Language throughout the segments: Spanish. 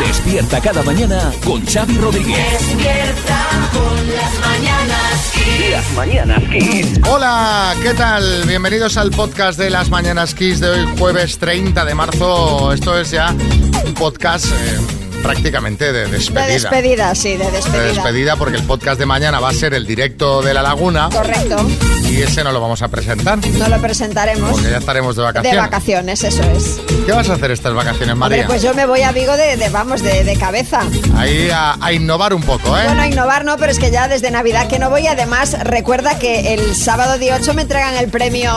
Despierta cada mañana con Xavi Rodríguez. Despierta con las mañanas Kiss. Mañana, Hola, ¿qué tal? Bienvenidos al podcast de las Mañanas Kiss de hoy, jueves 30 de marzo. Esto es ya un podcast eh, prácticamente de despedida. De despedida, sí, de despedida. De despedida, porque el podcast de mañana va a ser el directo de la laguna Correcto. y ese no lo vamos a presentar No lo presentaremos. porque ya estaremos de De vacaciones. vacaciones, eso es. ¿Qué vas a hacer estas vacaciones, Hombre, María? pues, eh. pues yo me voy a Vigo de, de- vamos, de, de cabeza. Ahí a, a innovar un poco, ¿eh? Bueno, a innovar no, pero es que ya desde Navidad que no voy. Además, recuerda que el sábado día 8 me entregan el premio...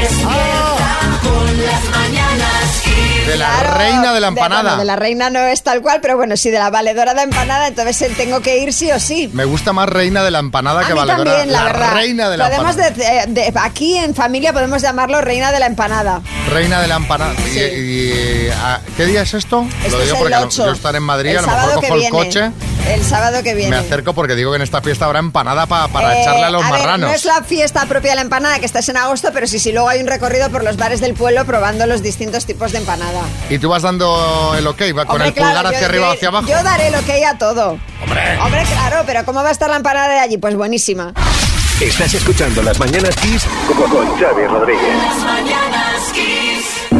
Despierta con las mañanas Kiss. de la Claro, reina de la bueno, empanada. de la reina no es tal cual, pero bueno, sí, de la valedora de empanada, entonces tengo que ir sí o sí. Me gusta más reina de la A empanada que mí valedora. también, la, verdad. reina de la Podemos empanada. de- de- de- aquí en familia podemos llamarlo reina de la empanada. Reina de la empanada. Y- y- a- ¿Qué día es esto? Esto lo digo es porque el a lo- 8. yo estaré en Madrid, El a lo mejor sábado que cojo el viene. coche, El sábado que viene. me acerco porque digo que en esta fiesta habrá empanada pa- para Eh, echarle a los a ver, marranos. no es la fiesta propia de la empanada que estás en agosto, pero sí, sí, luego hay un recorrido por los bares del pueblo probando los distintos tipos de empanada. Y tú vas dando el ok, va con Hombre, el claro, pulgar hacia yo- arriba yo- o hacia abajo. Yo daré lo que hay a todo. Hombre. Hombre, claro, pero ¿cómo va a estar la empanada de allí? Pues buenísima. Estás escuchando las mañanas Kiss con con Xavi Rodríguez. Las mañanas Kiss.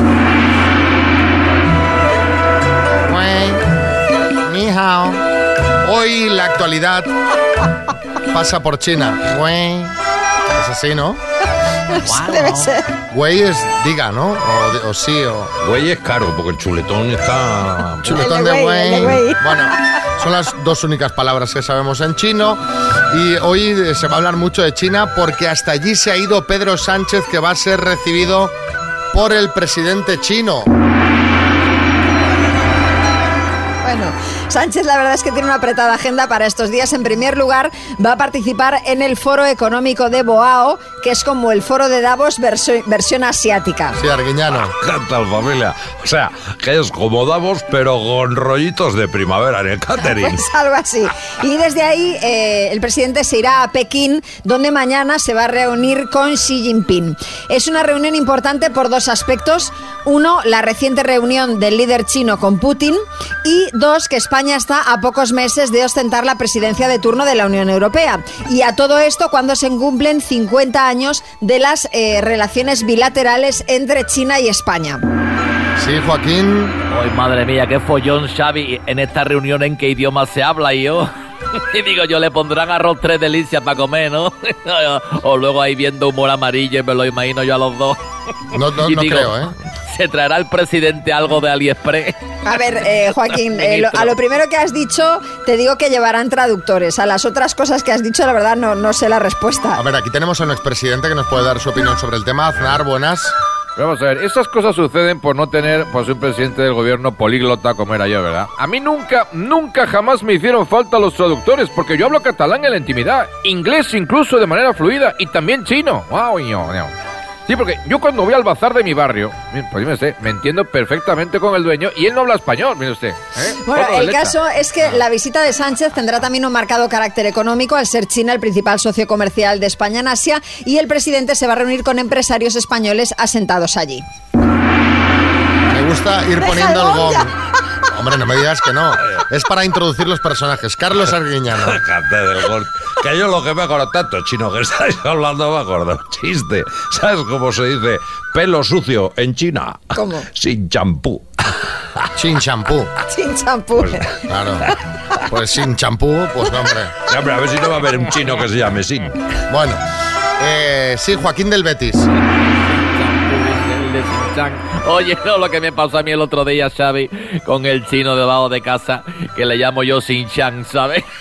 Güey, ni hao. Hoy la actualidad pasa por China. Güey. Es así, ¿no? Pues Debe ser. Güey es diga, ¿no? O, de- o sí, o... Güey es caro porque el chuletón está. Chuletón El de de güey. güey, el de güey. Bueno, son las dos únicas palabras que sabemos en chino. Y hoy eh, se va a hablar mucho de China porque hasta allí se ha ido Pedro Sánchez, que va a ser recibido por el presidente chino. Bueno, Sánchez la verdad es que tiene una apretada agenda para estos días. En primer lugar, va a participar en el Foro Económico de Boao, que es como el Foro de Davos verso- versión asiática. Sí, Arguiñano. Cantal familia. O sea, que es como Davos, pero con rollitos de primavera en el catering. Pues algo así. Y desde ahí eh, el presidente se irá a Pekín, donde mañana se va a reunir con Xi Jinping. Es una reunión importante por dos aspectos. Uno, la reciente reunión del líder chino con Putin. Y dos, que España está a pocos meses de ostentar la presidencia de turno de la Unión Europea. Y a todo esto cuando se cumplen 50 años de las eh, relaciones bilaterales entre China y España. Sí, Joaquín. Ay, madre mía, qué follón, Xavi. En esta reunión, ¿en qué idioma se habla? Y yo... Y digo, yo le pondrán arroz tres delicias para comer, ¿no? o luego ahí viendo humor amarillo y me lo imagino yo a los dos. No, no, Y no digo, creo, ¿eh? ¿Se traerá el presidente algo de AliExpress? A ver, eh, Joaquín, eh, lo- a lo primero que has dicho, te digo que llevarán traductores. A las otras cosas que has dicho, la verdad, no, no sé la A respuesta. ver, aquí tenemos a un expresidente que nos puede dar su opinión sobre el tema. Aznar, buenas. Vamos a ver, esas cosas suceden por no tener pues un presidente del gobierno políglota como era yo, ¿verdad? A mí nunca, nunca jamás me hicieron falta los traductores porque yo hablo catalán en la intimidad, inglés incluso de manera fluida y también chino. Guau, ño, ño. Sí, porque yo cuando voy al bazar de mi barrio, mire, pues dime usted, me entiendo perfectamente con el dueño y él no habla español, mire usted. ¿eh? Bueno, Foto de el letra. caso es que la visita de Sánchez tendrá también un marcado carácter económico al ser China el principal socio comercial de España en Asia y el presidente se va a reunir con empresarios españoles asentados allí. Me gusta ir Deja poniendo el el gong. gong Hombre, no me digas que no. Es para introducir los personajes. Carlos Arguiñano. Déjate del gol. Que yo lo que me acuerdo tanto, chino, que estáis hablando, me acuerdo. un Chiste. ¿Sabes cómo se dice pelo sucio en China? ¿Cómo? Sin champú. Sin champú. Sin champú. Claro. Pues sin champú, pues no, hombre. Ya, Hombre, a ver si no va a haber un chino que se llame Sin. Bueno, eh, sí, Joaquín del Betis. El de Shin Chan. Oye, no, lo que me pasó a mí el otro día, Xavi, con el chino debajo de casa, que le llamo yo Sin Chan, ¿sabes?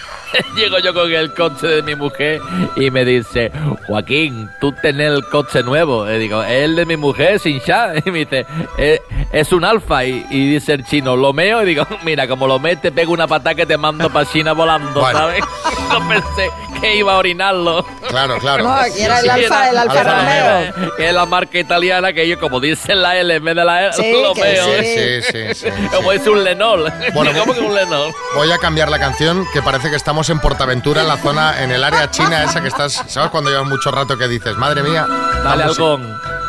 Llego yo con el coche de mi mujer y me dice, Joaquín, tú tenés el coche nuevo. Y digo, es el de mi mujer, Sin Chan. Y me dice, "Eh, es un alfa. Y, y dice el chino, lo meo. Y digo, mira, como lo metes, te pego una patada que te mando para China volando, Bueno. ¿sabes? No pensé que iba a orinarlo. Claro, claro. No, y era el Sí, alfa, era- el alfa Alfa Romeo. Romeo, Que es la marca italiana que ellos, como dicen la L en vez de la L, Sí, lo que veo. sí. ¿eh? Sí, sí, sí. Como sí. es un Lenol. Bueno, ¿Cómo que un Lenol? Voy a cambiar la canción, que parece que estamos en Portaventura, en la zona, en el área china esa que estás, ¿sabes? Cuando llevas mucho rato que dices, madre mía. Dale vamos- al gong.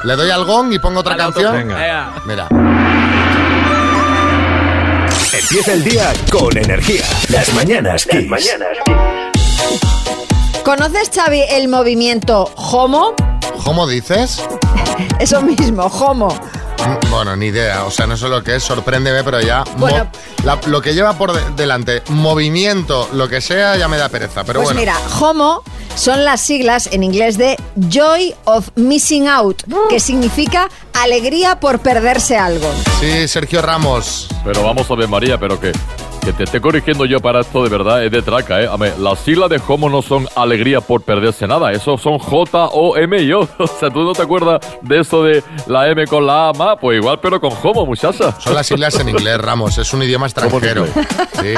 Le doy al gong y pongo otra Dale al canción. gong. Venga. Mira. Empieza el día con energía. Las mañanas Kiss. ¿Conoces, Xavi, el movimiento HOMO? ¿Cómo dices? Eso mismo, HOMO. Mm, Bueno, ni idea. O sea, no sé lo que es. Sorpréndeme, pero ya. mo- Bueno. la- lo que lleva por de- delante, movimiento, lo que sea, ya me da pereza. Pero Pues bueno. mira, HOMO son las siglas en inglés de Joy of Missing Out, Mm. que significa alegría por perderse algo. Sí, Sergio Ramos. Pero vamos a ver, María, pero que, que te esté corrigiendo yo para esto de verdad es de traca, ¿eh? A ver, las siglas de Homo no son alegría por perderse nada, eso son J-O-M y yo. O sea, ¿tú no te acuerdas de eso de la M con la A más? Pues igual, pero con Homo, muchacha. Son las siglas en inglés, Ramos. Es un idioma extranjero. Sí.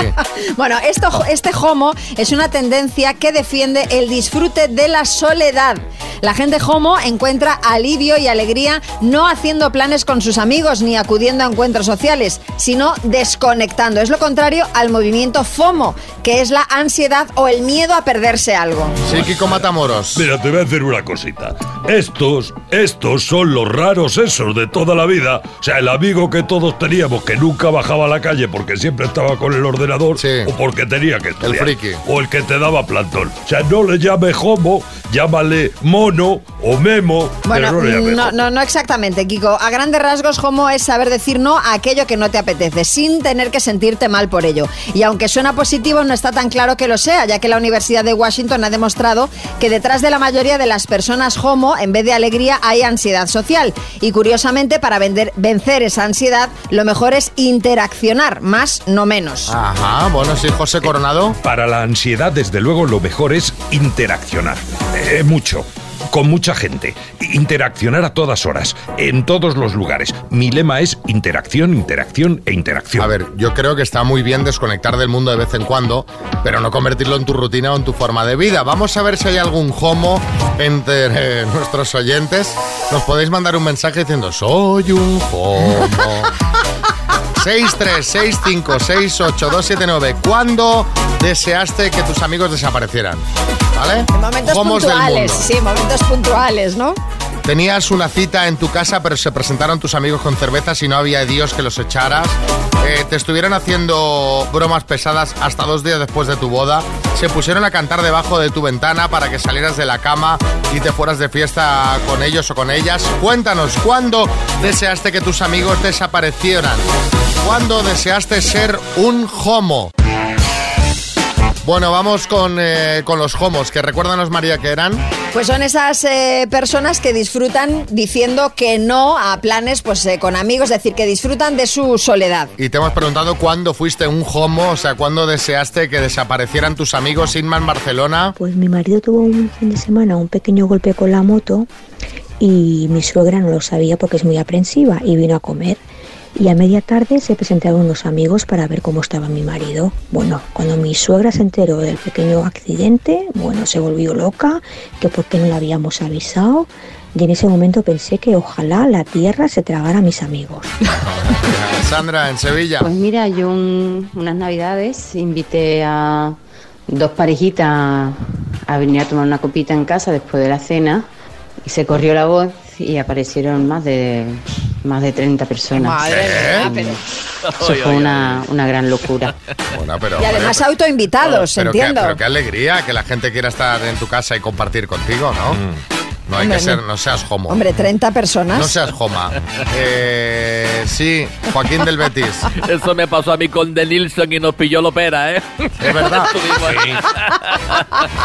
Bueno, esto, Ah. este homo es una tendencia que defiende el disfrute de la soledad. La gente homo encuentra alivio y alegría no haciendo planes con sus amigos ni acudiendo a encuentros sociales, sino desconectando. Es lo contrario al movimiento FOMO, que es la ansiedad o el miedo a perderse algo. Sí, Kiko Matamoros. Mira, te voy a decir una cosita. Estos, estos son los raros esos de toda la vida. O sea, el amigo que todos teníamos que nunca bajaba a la calle porque siempre estaba con el ordenador Sí. o porque tenía que estudiar. friki. O el que te daba plantón. O sea, no le llame homo, llámale mono o memo. Bueno, pero no le llame no, homo. no, no exactamente, Kiko. A grandes rasgos, homo es saber decir no a aquello que no te apetece, sin tener que sentirte mal por ello. Y aunque suena positivo, no está tan claro que lo sea, ya que la Universidad de Washington ha demostrado que detrás de la mayoría de las personas homo, en vez de alegría, hay ansiedad social. Y curiosamente, para vender- vencer esa ansiedad, lo mejor es interaccionar, más no menos. Ah. Ajá, bueno, sí, José Coronado. Eh, Para la ansiedad, desde luego, lo mejor es interaccionar. Eh, mucho. Con mucha gente. Interaccionar a todas horas. En todos los lugares. Mi lema es interacción, interacción e interacción. A ver, yo creo que está muy bien desconectar del mundo de vez en cuando, pero no convertirlo en tu rutina o en tu forma de vida. Vamos a ver si hay algún homo entre eh, nuestros oyentes. Nos podéis mandar un mensaje diciendo, soy un homo. 636568279. ¿Cuándo deseaste que tus amigos desaparecieran? ¿Vale? En momentos Homos del puntuales, mundo. sí, momentos puntuales, ¿no? Tenías una cita en tu casa, pero se presentaron tus amigos con cervezas y no había Dios que los echaras. Eh, te estuvieron haciendo bromas pesadas hasta dos días después de tu boda. Se pusieron a cantar debajo de tu ventana para que salieras de la cama y te fueras de fiesta con ellos o con ellas. Cuéntanos, ¿cuándo deseaste que tus amigos desaparecieran? ¿Cuándo deseaste ser un homo? Bueno, vamos con, eh, con los homos, que recuérdanos, María, que eran... Pues son esas eh, personas que disfrutan diciendo que no a planes pues eh, con amigos, es decir, que disfrutan de su soledad. Y te hemos preguntado cuándo fuiste un homo, o sea, cuándo deseaste que desaparecieran tus amigos Inman Barcelona. Pues mi marido tuvo un fin de semana un pequeño golpe con la moto y mi suegra no lo sabía porque es muy aprensiva y vino a comer. Y a media tarde se presentaron unos amigos para ver cómo estaba mi marido. Bueno, cuando mi suegra se enteró del pequeño accidente, bueno, se volvió loca, que por qué no la habíamos avisado. Y en ese momento pensé que ojalá la tierra se tragara a mis amigos. Sandra, en Sevilla. Pues mira, yo un- unas navidades invité a dos parejitas a venir a tomar una copita en casa después de la cena y se corrió la voz y aparecieron más de más de 30 personas. ¿Eh? mía, pero- Eso fue una, una gran locura. Bueno, pero, Y además autoinvitados, pues, pero, qué, entiendo. pero qué alegría que la gente quiera estar en tu casa y compartir contigo, ¿no? Mm. No hay Hombre, que ser, no. no seas homo. Hombre, 30 personas. no seas homa. Eh, sí, Joaquín del Betis. Eso me pasó a mí con The Nilsson y nos pilló Lopera, ¿eh? Es verdad, Estuvimos ahí.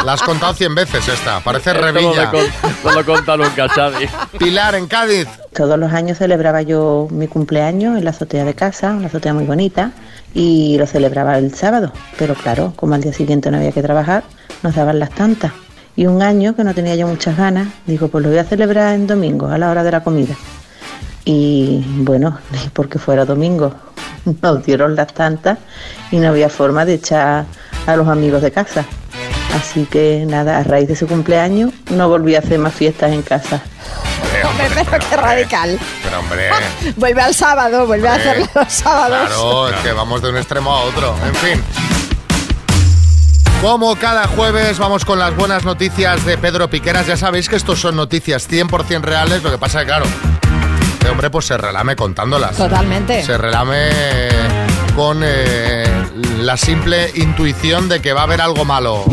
la has contado 100 veces esta, parece Esto no, Revilla. lo con- no lo conta nunca, Xavi. Pilar, en Cádiz. Todos los años celebraba yo mi cumpleaños en la azotea de casa, una azotea muy bonita, y lo celebraba el sábado. Pero claro, como al día siguiente no había que trabajar, nos daban las tantas. Y un año que no tenía yo muchas ganas, digo, pues lo voy a celebrar en domingo, a la hora de la comida. Y bueno, ni porque fuera domingo, nos dieron las tantas y no había forma de echar a los amigos de casa. Así que nada, a raíz de su cumpleaños no volví a hacer más fiestas en casa. Hombre, pero qué radical. Pero hombre, Vuelve al sábado, vuelve a Hombre, hacerlo los sábados. Claro, es que vamos de un extremo a otro. En fin. Como cada jueves vamos con las buenas noticias de Pedro Piqueras. Ya sabéis que estos son noticias 100% reales. Lo que pasa es que, claro, este hombre pues se relame contándolas. Totalmente. Se relame con eh, la simple intuición de que va a haber algo malo.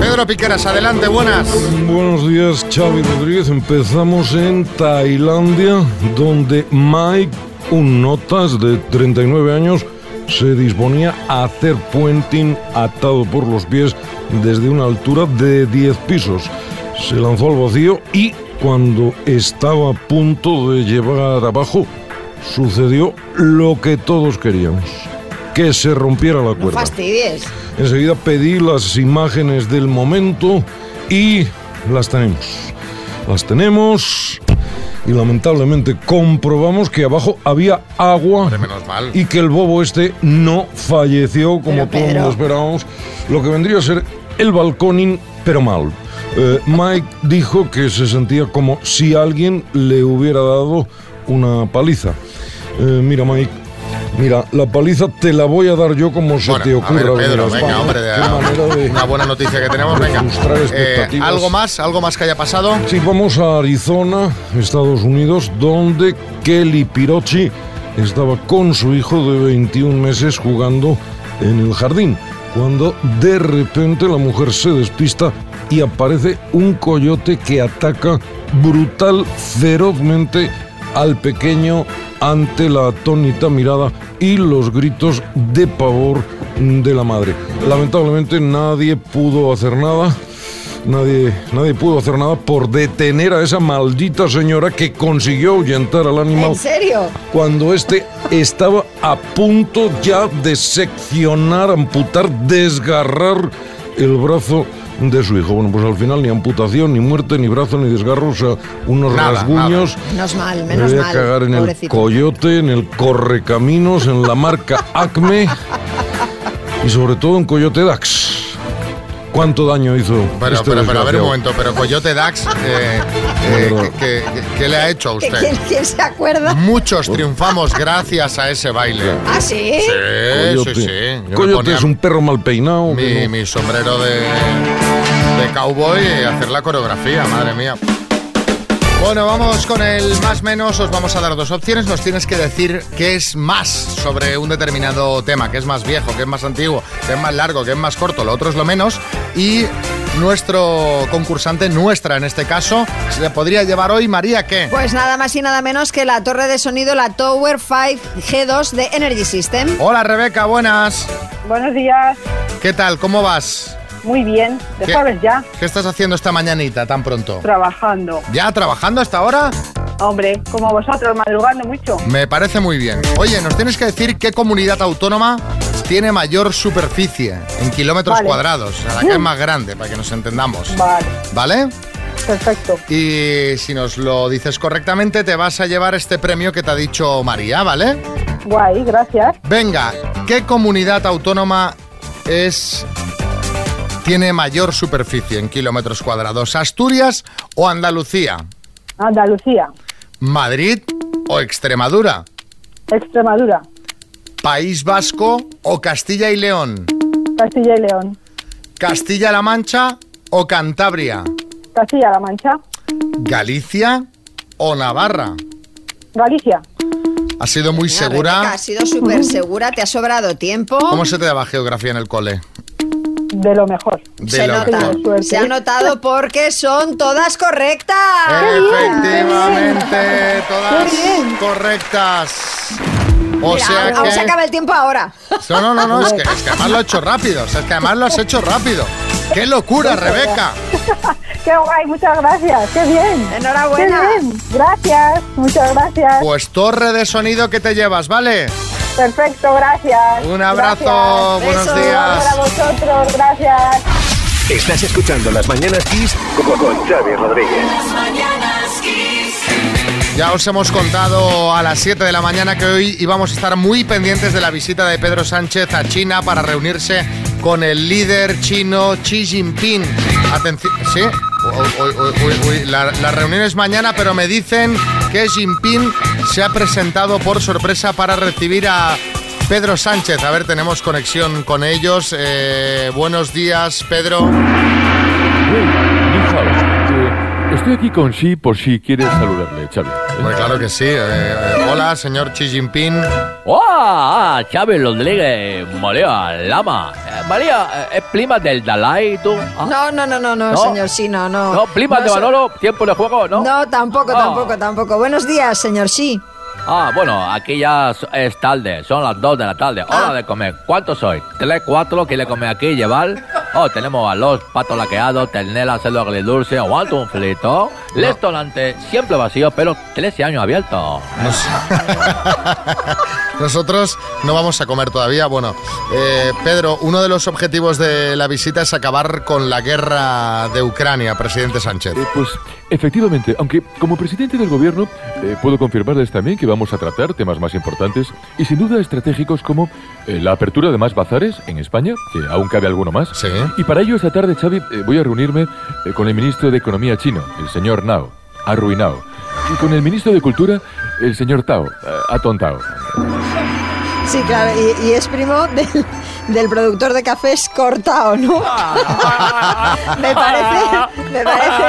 Pedro Piqueras, adelante, buenas. Buenos días, Xavi Rodríguez. Empezamos en Tailandia, donde Mike, un notas de 39 años, se disponía a hacer puenting atado por los pies desde una altura de 10 pisos. Se lanzó al vacío y cuando estaba a punto de llevar abajo, sucedió lo que todos queríamos, que se rompiera la No cuerda. fastidies. Enseguida pedí las imágenes del momento y las tenemos. Las tenemos y lamentablemente comprobamos que abajo había agua menos mal. y que el bobo este no falleció Pero, como todo el mundo Pedro. esperábamos. Lo que vendría a ser el balconing, pero mal. Eh, Mike dijo que se sentía como si alguien le hubiera dado una paliza. Eh, mira, Mike. Mira, la paliza te la voy a dar yo como se Bueno, te a ocurra. ver, Pedro, Mira, venga, vamos, hombre, qué manera de- una buena noticia que tenemos, de venga. frustrar Eh, expectativas. ¿Algo más? ¿Algo más que haya pasado? Sí, vamos a Arizona, Estados Unidos, donde Kelly Pirochi estaba con su hijo de 21 meses jugando en el jardín, cuando de repente la mujer se despista y aparece un coyote que ataca brutal, ferozmente al pequeño ante la atónita mirada y los gritos de pavor de la madre. Lamentablemente nadie pudo hacer nada. Nadie, nadie pudo hacer nada por detener a esa maldita señora que consiguió ahuyentar al ¿En animal serio? cuando este estaba a punto ya de seccionar, amputar, desgarrar el brazo de su hijo. Bueno, pues al final ni amputación, ni muerte, ni brazo, ni desgarro, o sea, unos Nada, rasguños. Menos mal, Me menos voy a mal. cagar en pobrecito. el coyote, en el correcaminos, en la marca Acme y sobre todo en Coyote Dax. ¿Cuánto daño hizo? Pero, este pero, pero, a ver desgraciado? un momento, pero Coyote Dax, eh, eh, ¿qué- qué, qué- qué le ha hecho a ¿Que usted? ¿Quién, quién se acuerda? Muchos triunfamos gracias a ese baile. ¿Ah, sí? eh, Sí, sí, Coyote, sí. Yo me Coyote ponía es un perro mal peinado. que mi, no- mi sombrero de, de cowboy y hacer la coreografía, madre mía. Bueno, vamos con el más menos, os vamos a dar dos opciones, nos tienes que decir qué es más sobre un determinado tema, qué es más viejo, qué es más antiguo, qué es más largo, qué es más corto, lo otro es lo menos y nuestro concursante, nuestra en este caso, se le podría llevar hoy María qué. Pues nada más y nada menos que la torre de sonido, la Tower 5G2 de Energy System. Hola Rebeca, buenas. Buenos días, ¿Qué tal? ¿Cómo vas? muy bien. De ¿Qué? jueves ya, ¿Qué estás haciendo esta mañanita tan pronto? trabajando. ¿Ya trabajando hasta ahora? Hombre, como vosotros, madrugando mucho. Me parece muy bien. Oye, nos tienes que decir qué comunidad autónoma tiene mayor superficie en kilómetros Vale. Mm. cuadrados, a la que es más grande, para que nos entendamos. Vale, ¿Vale? perfecto. Y si nos lo dices correctamente, te vas a llevar este premio que te ha dicho María, ¿vale? Guay, gracias. Venga, ¿qué comunidad autónoma es tiene mayor superficie en kilómetros cuadrados? ¿Asturias o Andalucía? Andalucía, ¿Madrid o Extremadura? Extremadura, ¿País Vasco o Castilla y León? Castilla y León, ¿Castilla-La Mancha o Cantabria? Castilla-La Mancha, ¿Galicia o Navarra? Galicia. Ha sido muy Mira, Rebeca, segura. has sido súper segura, te ha sobrado tiempo. ¿Cómo se te daba geografía en el cole? De lo mejor. De se lo nota, mejor. mejor. se ha notado porque son todas correctas. Efectivamente, todas correctas. O Mira, sea aún- aún se acaba que... el tiempo ahora. No, no, no, no, es que, es que además lo he hecho rápido. o sea, es que además lo has hecho rápido. ¡Qué locura, Rebeca! ¡Qué guay! Muchas gracias, qué bien. Enhorabuena. ¡Qué bien! Gracias, muchas gracias. Pues torre de sonido que te llevas, ¿vale? Perfecto, gracias. Un abrazo, Gracias. buenos Besos. días. Para vosotros, gracias. Estás escuchando Las Mañanas Kiss con, con Xavi Rodríguez. Las mañanas Kiss. Ya os hemos contado a las 7 de la mañana que hoy íbamos a estar muy pendientes de la visita de Pedro Sánchez a China para reunirse con el líder chino Xi Jinping. Atención, sí, Uy, uy, uy, uy, uy. La, la reunión es mañana, pero me dicen que Jinping se ha presentado por sorpresa para recibir a Pedro Sánchez. A ver, tenemos conexión con ellos. Eh, buenos días, Pedro. Eh, estoy aquí con Xi por si quieres saludarle, Xavi. Pues claro que sí. eh, eh, hola, señor Xi Jinping. ¡Ah! Chávez Rodríguez, María Lama. Eh, María, eh, ¿es prima del Dalai tú? Ah. No, no, no, no, no, ¿No? señor, sí, no, no. No, prima de sé- Manolo, tiempo de juego, ¿no? No, tampoco, Ah. tampoco, tampoco. Buenos días, señor, sí. Ah, bueno, aquí ya so- es tarde, son las 2 de la tarde, hora de comer. ¿Cuántos soy? ¿Tres, cuatro? ¿Quiere comer aquí y llevar? Oh, tenemos a los patos laqueados, ternera, cerdo agridulce, aguanta un filito. Restaurante siempre vacío, pero 13 años abierto. Nosotros no vamos a comer todavía. Bueno, eh, Pedro, uno de los objetivos de la visita es acabar con la guerra de Ucrania, presidente Sánchez. Pues efectivamente, aunque como presidente del gobierno eh, puedo confirmarles también que vamos a tratar temas más importantes y sin duda estratégicos como eh, la apertura de más bazares en España, que aún cabe alguno más. Y para ello esta tarde, Xavi, eh, voy a reunirme eh, con el ministro de Economía chino, el señor Nao, arruinado, y con el ministro de Cultura, el señor Tao, eh, atontao. Sí, claro, y, y es primo del, del productor de cafés cortado, ¿no? me parece, me parece,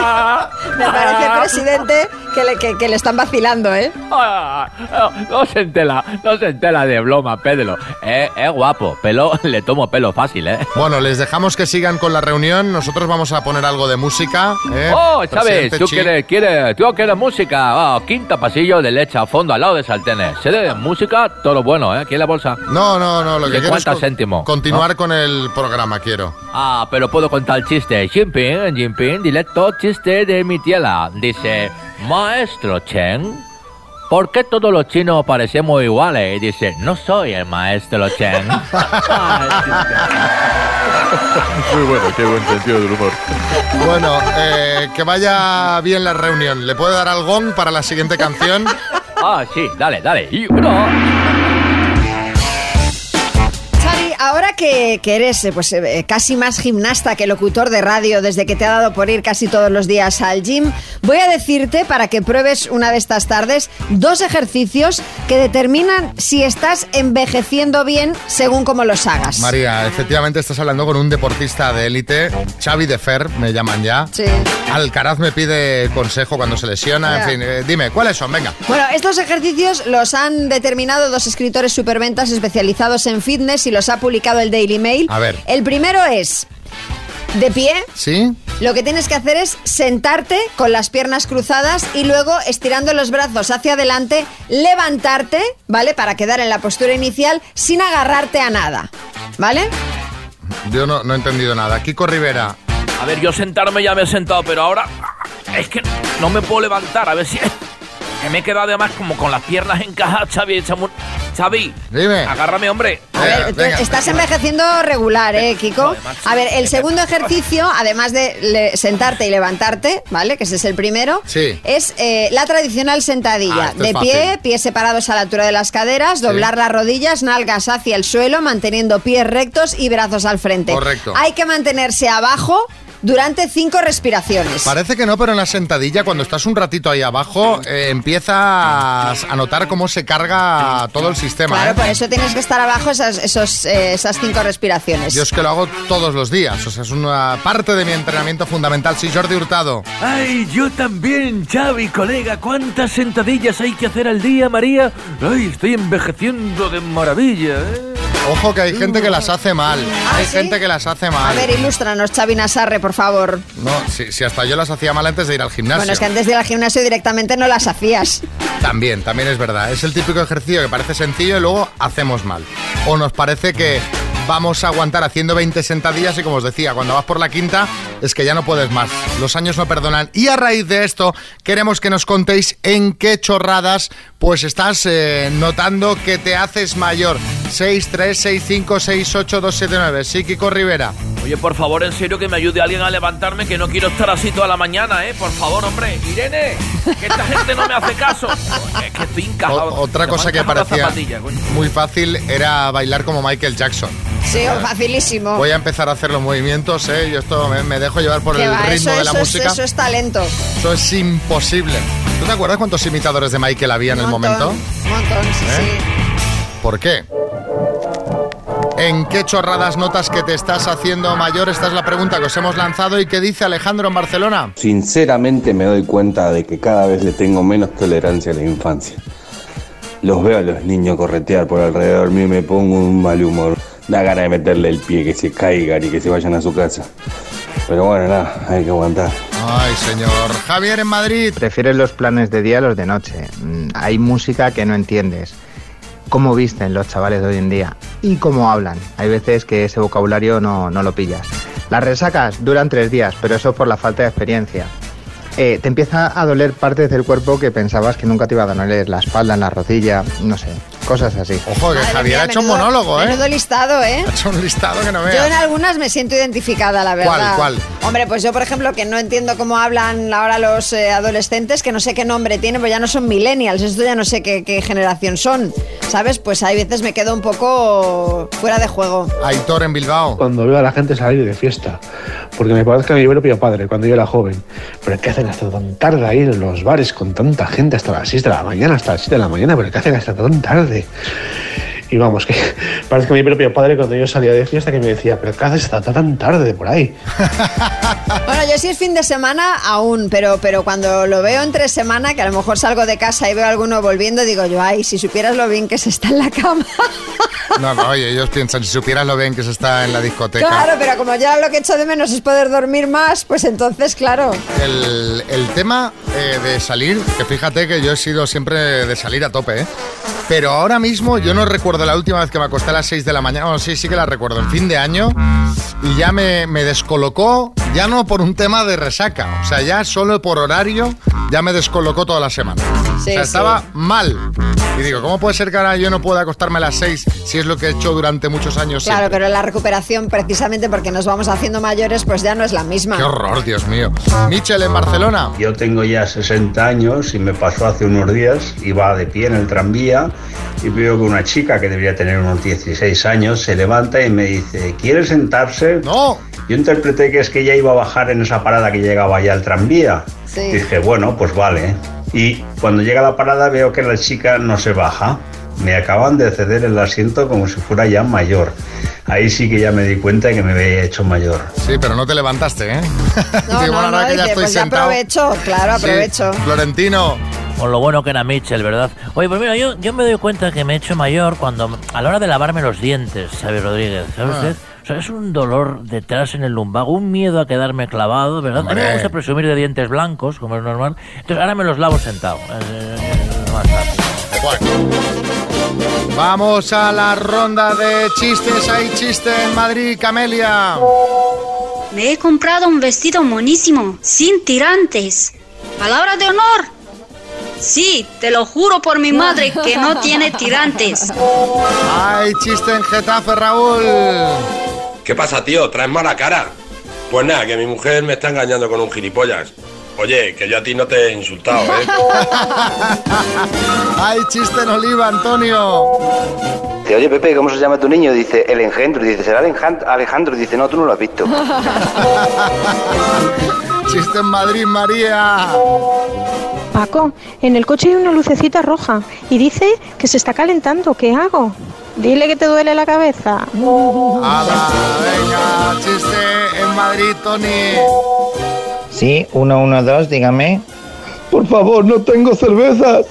me parece, presidente, que le, que- que le están vacilando, ¿eh? Ah, ah, No se entela, no se entela de broma, Pedro. Es es guapo, pero le tomo pelo fácil, ¿eh? Bueno, les dejamos que sigan con la reunión. Nosotros vamos a poner algo de música. ¿eh? Oh, ¿sabes? Presidente Tú Xi. quieres, quieres, tú quieres música. Oh, quinta pasillo de leche a fondo al lado de Saltenes. Se de música, todo lo bueno, ¿eh? ¿Quién la bolsa? No, no, no, lo que ¿De quiero es cuántos con- céntimos? Continuar ¿No? con el programa, quiero. Ah, pero puedo contar el chiste. Jinping, Jinping, directo chiste de mi tierra. Dice, maestro Chen, ¿por qué todos los chinos parecemos iguales? Y dice, no soy el maestro Chen. Muy bueno, qué buen sentido del humor. Bueno, eh, que vaya bien la reunión. ¿Le puedo dar al gong para la siguiente canción? Ah, sí, dale, dale. Y uno. Xavi, ahora que, que eres eh, pues, eh, casi más gimnasta que locutor de radio desde que te ha dado por ir casi todos los días al gym, voy a decirte para que pruebes una de estas tardes dos ejercicios que determinan si estás envejeciendo bien según cómo los hagas. María, efectivamente estás hablando con un deportista de élite, Xavi de Fer, me llaman ya. Sí. Alcaraz me pide consejo cuando se lesiona, Ya. en fin, eh, dime, ¿cuáles son? Venga. Bueno, estos ejercicios los han determinado dos escritores superventas especializados en fitness y los ha publicado el Daily Mail. A ver. El primero es de pie. ¿Sí? Lo que tienes que hacer es sentarte con las piernas cruzadas y luego estirando los brazos hacia adelante, levantarte, ¿vale? Para quedar en la postura inicial sin agarrarte a nada, ¿vale? Yo no, no he entendido nada. Kiko Rivera, A ver, yo sentarme ya me he sentado, pero ahora es que no me puedo levantar. A ver si. Que me he quedado además como con las piernas encajadas, Xavi. échame un- Xavi, dime. agárrame, hombre. A ver, tú estás envejeciendo regular, ¿eh, Kiko? A ver, el segundo ejercicio, además de le- sentarte y levantarte, ¿vale? Que ese es el primero, Sí. es eh, la tradicional Ah, sentadilla. esto es De pie, fácil. pies separados a la altura de las caderas, doblar las rodillas, nalgas hacia el suelo, manteniendo pies rectos y brazos al frente. Correcto. Hay que mantenerse abajo durante cinco respiraciones. Parece que no, pero en la sentadilla, cuando estás un ratito ahí abajo, eh, empiezas a notar cómo se carga todo el sistema. Claro, pues, ¿eh? por eso tienes que estar abajo esas, esos, eh, esas cinco respiraciones. Yo es que lo hago todos los días, o sea, es una parte de mi entrenamiento fundamental. Sí, Jordi Hurtado. Ay, yo también, Xavi, colega. ¿Cuántas sentadillas hay que hacer al día, María? Ay, estoy envejeciendo de maravilla, ¿eh? Ojo que hay gente que las hace mal. Hay gente que las hace Ah, A mal. ver, ilústranos, Xavi Nasarre, por favor. No, si, si hasta yo las hacía mal antes de ir al gimnasio. Bueno, es que antes de ir al gimnasio directamente no las hacías. También, también es verdad. Es el típico ejercicio que parece sencillo y luego hacemos mal. O nos parece que vamos a aguantar haciendo 20 sentadillas y como os decía, cuando vas por la quinta es que ya no puedes más. Los años no perdonan. Y a raíz de esto queremos que nos contéis en qué chorradas pues estás eh, notando que te haces mayor. 636568279. Sí, Kiko Rivera. Oye, por favor, en serio, que me ayude alguien a levantarme, que no quiero estar así toda la mañana, ¿eh? Por favor, hombre. Irene, que esta gente no me hace caso. Es que estoy encajado. O- otra Me cosa han que encajado las parecía zapatillas, coño. muy fácil era bailar como Michael Jackson. Sí, oh, facilísimo. Voy a empezar a hacer los movimientos, ¿eh? Yo esto me, me dejo llevar por Que el va, ritmo eso, de la eso es- música. eso es talento. Eso es imposible. ¿Tú te acuerdas cuántos imitadores de Michael había en el ¿Eh? Un montón, momento? Un montón, sí, ¿Eh? ¿Por qué? ¿En qué chorradas notas que te estás haciendo mayor? Esta es la pregunta que os hemos lanzado y que dice Alejandro en Barcelona. Sinceramente me doy cuenta de que cada vez le tengo menos tolerancia a la infancia. Los veo a los niños corretear por alrededor mío y me pongo un mal humor. Da ganas de meterle el pie, que se caigan y que se vayan a su casa. Pero bueno, nada, hay que aguantar. Ay, señor. Javier en Madrid. Prefieres los planes de día a los de noche. Mm, Hay música que no entiendes. Cómo visten los chavales de hoy en día y cómo hablan. Hay veces que ese vocabulario no, no lo pillas. Las resacas duran tres días, pero eso por la falta de experiencia. Eh, te empieza a doler partes del cuerpo que pensabas que nunca te iba a doler. La espalda, en la rodilla, no sé. Cosas así. Ojo, que Javier ha hecho un menudo- monólogo, ¿eh? Menudo listado, ¿eh? Ha hecho un listado que no Yo en veas. algunas me siento identificada, la verdad. ¿Cuál, Hombre, pues yo, por ejemplo, que no entiendo cómo hablan ahora los eh, adolescentes, que no sé qué nombre tienen, pues ya no son millennials, esto ya no sé qué, qué generación son, ¿sabes? Pues hay veces me quedo un poco fuera de juego. Aitor en Bilbao. Cuando veo a la gente salir de fiesta, porque me parece que mi propio padre cuando yo era joven. Pero ¿qué hacen hasta tan tarde ahí en los bares con tanta gente hasta las 6 de la mañana, hasta las 7 de la mañana? ¿Pero qué hacen hasta tan tarde? Y vamos, que parece que mi propio padre cuando yo salía de fiesta que me decía, pero ¿qué haces hasta tan tarde por ahí? Bueno, yo sí es fin de semana aún, pero, pero cuando lo veo entre semana, que a lo mejor salgo de casa y veo a alguno volviendo, digo yo, ay, si supieras lo bien que se está en la cama. No, no, oye, ellos piensan, si supieras lo bien que se está en la discoteca. Claro, pero como ya lo que echo de menos es poder dormir más, pues entonces, claro. El, el tema eh, de salir, que fíjate que yo he sido siempre de salir a tope, ¿eh? pero ahora mismo yo no recuerdo la última vez que me acosté a las 6 de la mañana, bueno, sí, sí que la recuerdo, en fin de año, y ya me, me descolocó, ya no por un tema de resaca, o sea, ya solo por horario, ya me descolocó toda la semana. o sea, sí. estaba mal. Y digo, ¿cómo puede ser que ahora yo no pueda acostarme a las 6 si es lo que he hecho durante muchos años? Claro, siempre? pero la recuperación, precisamente porque nos vamos haciendo mayores, pues ya no es la misma. Qué horror, Dios mío. Michel en Barcelona. Yo tengo ya 60 años y me pasó hace unos días, iba de pie en el tranvía y veo que una chica que debería tener unos 16 años se levanta y me dice, ¿quiere sentarse? No. Yo interpreté que es que ella iba a bajar en esa parada que llegaba ya el tranvía. Sí. Dije, bueno, pues vale. Y cuando llega la parada veo que la chica no se baja. Me acaban de ceder el asiento como si fuera ya mayor. Ahí sí que ya me di cuenta que me había hecho mayor. Sí, pero no te levantaste, ¿eh? No, Digo, no, ahora no, que dice, ya estoy pues ya sentado. aprovecho, claro, Sí. aprovecho. Florentino. Con lo bueno que era Mitchell, ¿verdad? Oye, pues mira, yo, yo me doy cuenta que me he hecho mayor cuando a la hora de lavarme los dientes, Xavi Rodríguez, ¿sabes? Ah. usted? O sea, es un dolor detrás en el lumbago, un miedo a quedarme clavado, ¿verdad? A mí me Hombre. gusta presumir de dientes blancos, como es normal. Entonces ahora me los lavo sentado. Eh, es más fácil. Vamos a la ronda de chistes. Hay chiste en Madrid, Camelia. Me he comprado un vestido monísimo, sin tirantes. Palabra de honor. Sí, te lo juro por mi madre que no tiene tirantes. Hay chiste en Getafe, Raúl. ¿Qué pasa, tío? ¿Traes mala cara? Pues nada, que mi mujer me está engañando con un gilipollas. Oye, que yo a ti no te he insultado, ¿eh? Hay chiste en Oliva, Antonio. Dice, oye Pepe, ¿cómo se llama tu niño? Dice, el engendro. Dice, será Alejand- Alejandro. Dice, no, tú no lo has visto. Chiste en Madrid, María. Paco, en el coche hay una lucecita roja y dice que se está calentando. ¿Qué hago? Dile que te duele la cabeza. Hala, venga, chiste en Madrid, Tony. Sí, 112, dígame. Por favor, no tengo cervezas.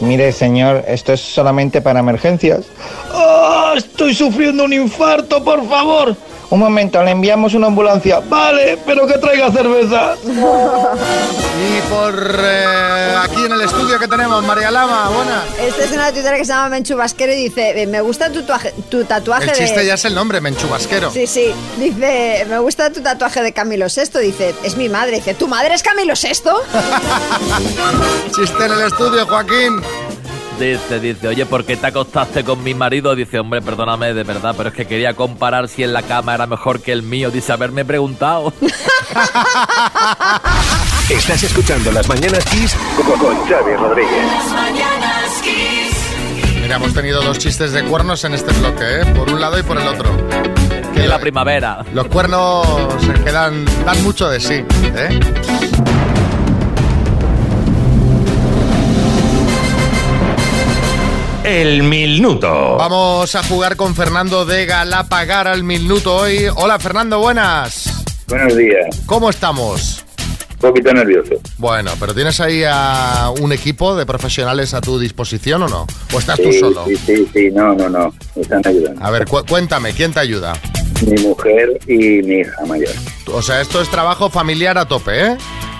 Mire, señor, esto es solamente para emergencias. ¡Ah! estoy sufriendo un infarto, por favor. Un momento, le enviamos una ambulancia. Vale, pero que traiga cerveza. Y por eh, aquí en el estudio que tenemos, María Lama, Ah, buena. Este es una tuitera que se llama Menchu Vasquero y dice, eh, me gusta tu, tuaje- tu tatuaje El chiste de... ya es el nombre, Menchubasquero. Sí, sí. Dice, me gusta tu tatuaje de Camilo VI. Dice, es mi madre. Dice, ¿tu madre es Camilo VI? Chiste en el estudio, Joaquín. Dice, dice, oye, ¿por qué te acostaste con mi marido? Dice, hombre, perdóname de verdad, pero es que quería comparar si en la cama era mejor que el mío. Dice, haberme preguntado. Estás escuchando Las Mañanas Kiss con- con Xavi Rodríguez. Las mañanas Kiss. Mira, hemos tenido dos chistes de cuernos en este bloque, ¿eh? por un lado y por el otro. Que la primavera. Los cuernos se quedan, dan mucho de sí. ¿eh? el minuto. Vamos a jugar con Fernando de Galapagar al minuto hoy. Hola Fernando, buenas. Buenos días. ¿Cómo estamos? Un poquito nervioso. Bueno, pero ¿tienes ahí a un equipo de profesionales a tu disposición o no? ¿O estás tú Sí, solo? Sí, sí, sí, no, no, no. Me están ayudando. A ver, cu- cuéntame, ¿quién te ayuda? Mi mujer y mi hija mayor. O sea, esto es trabajo familiar a tope, ¿eh?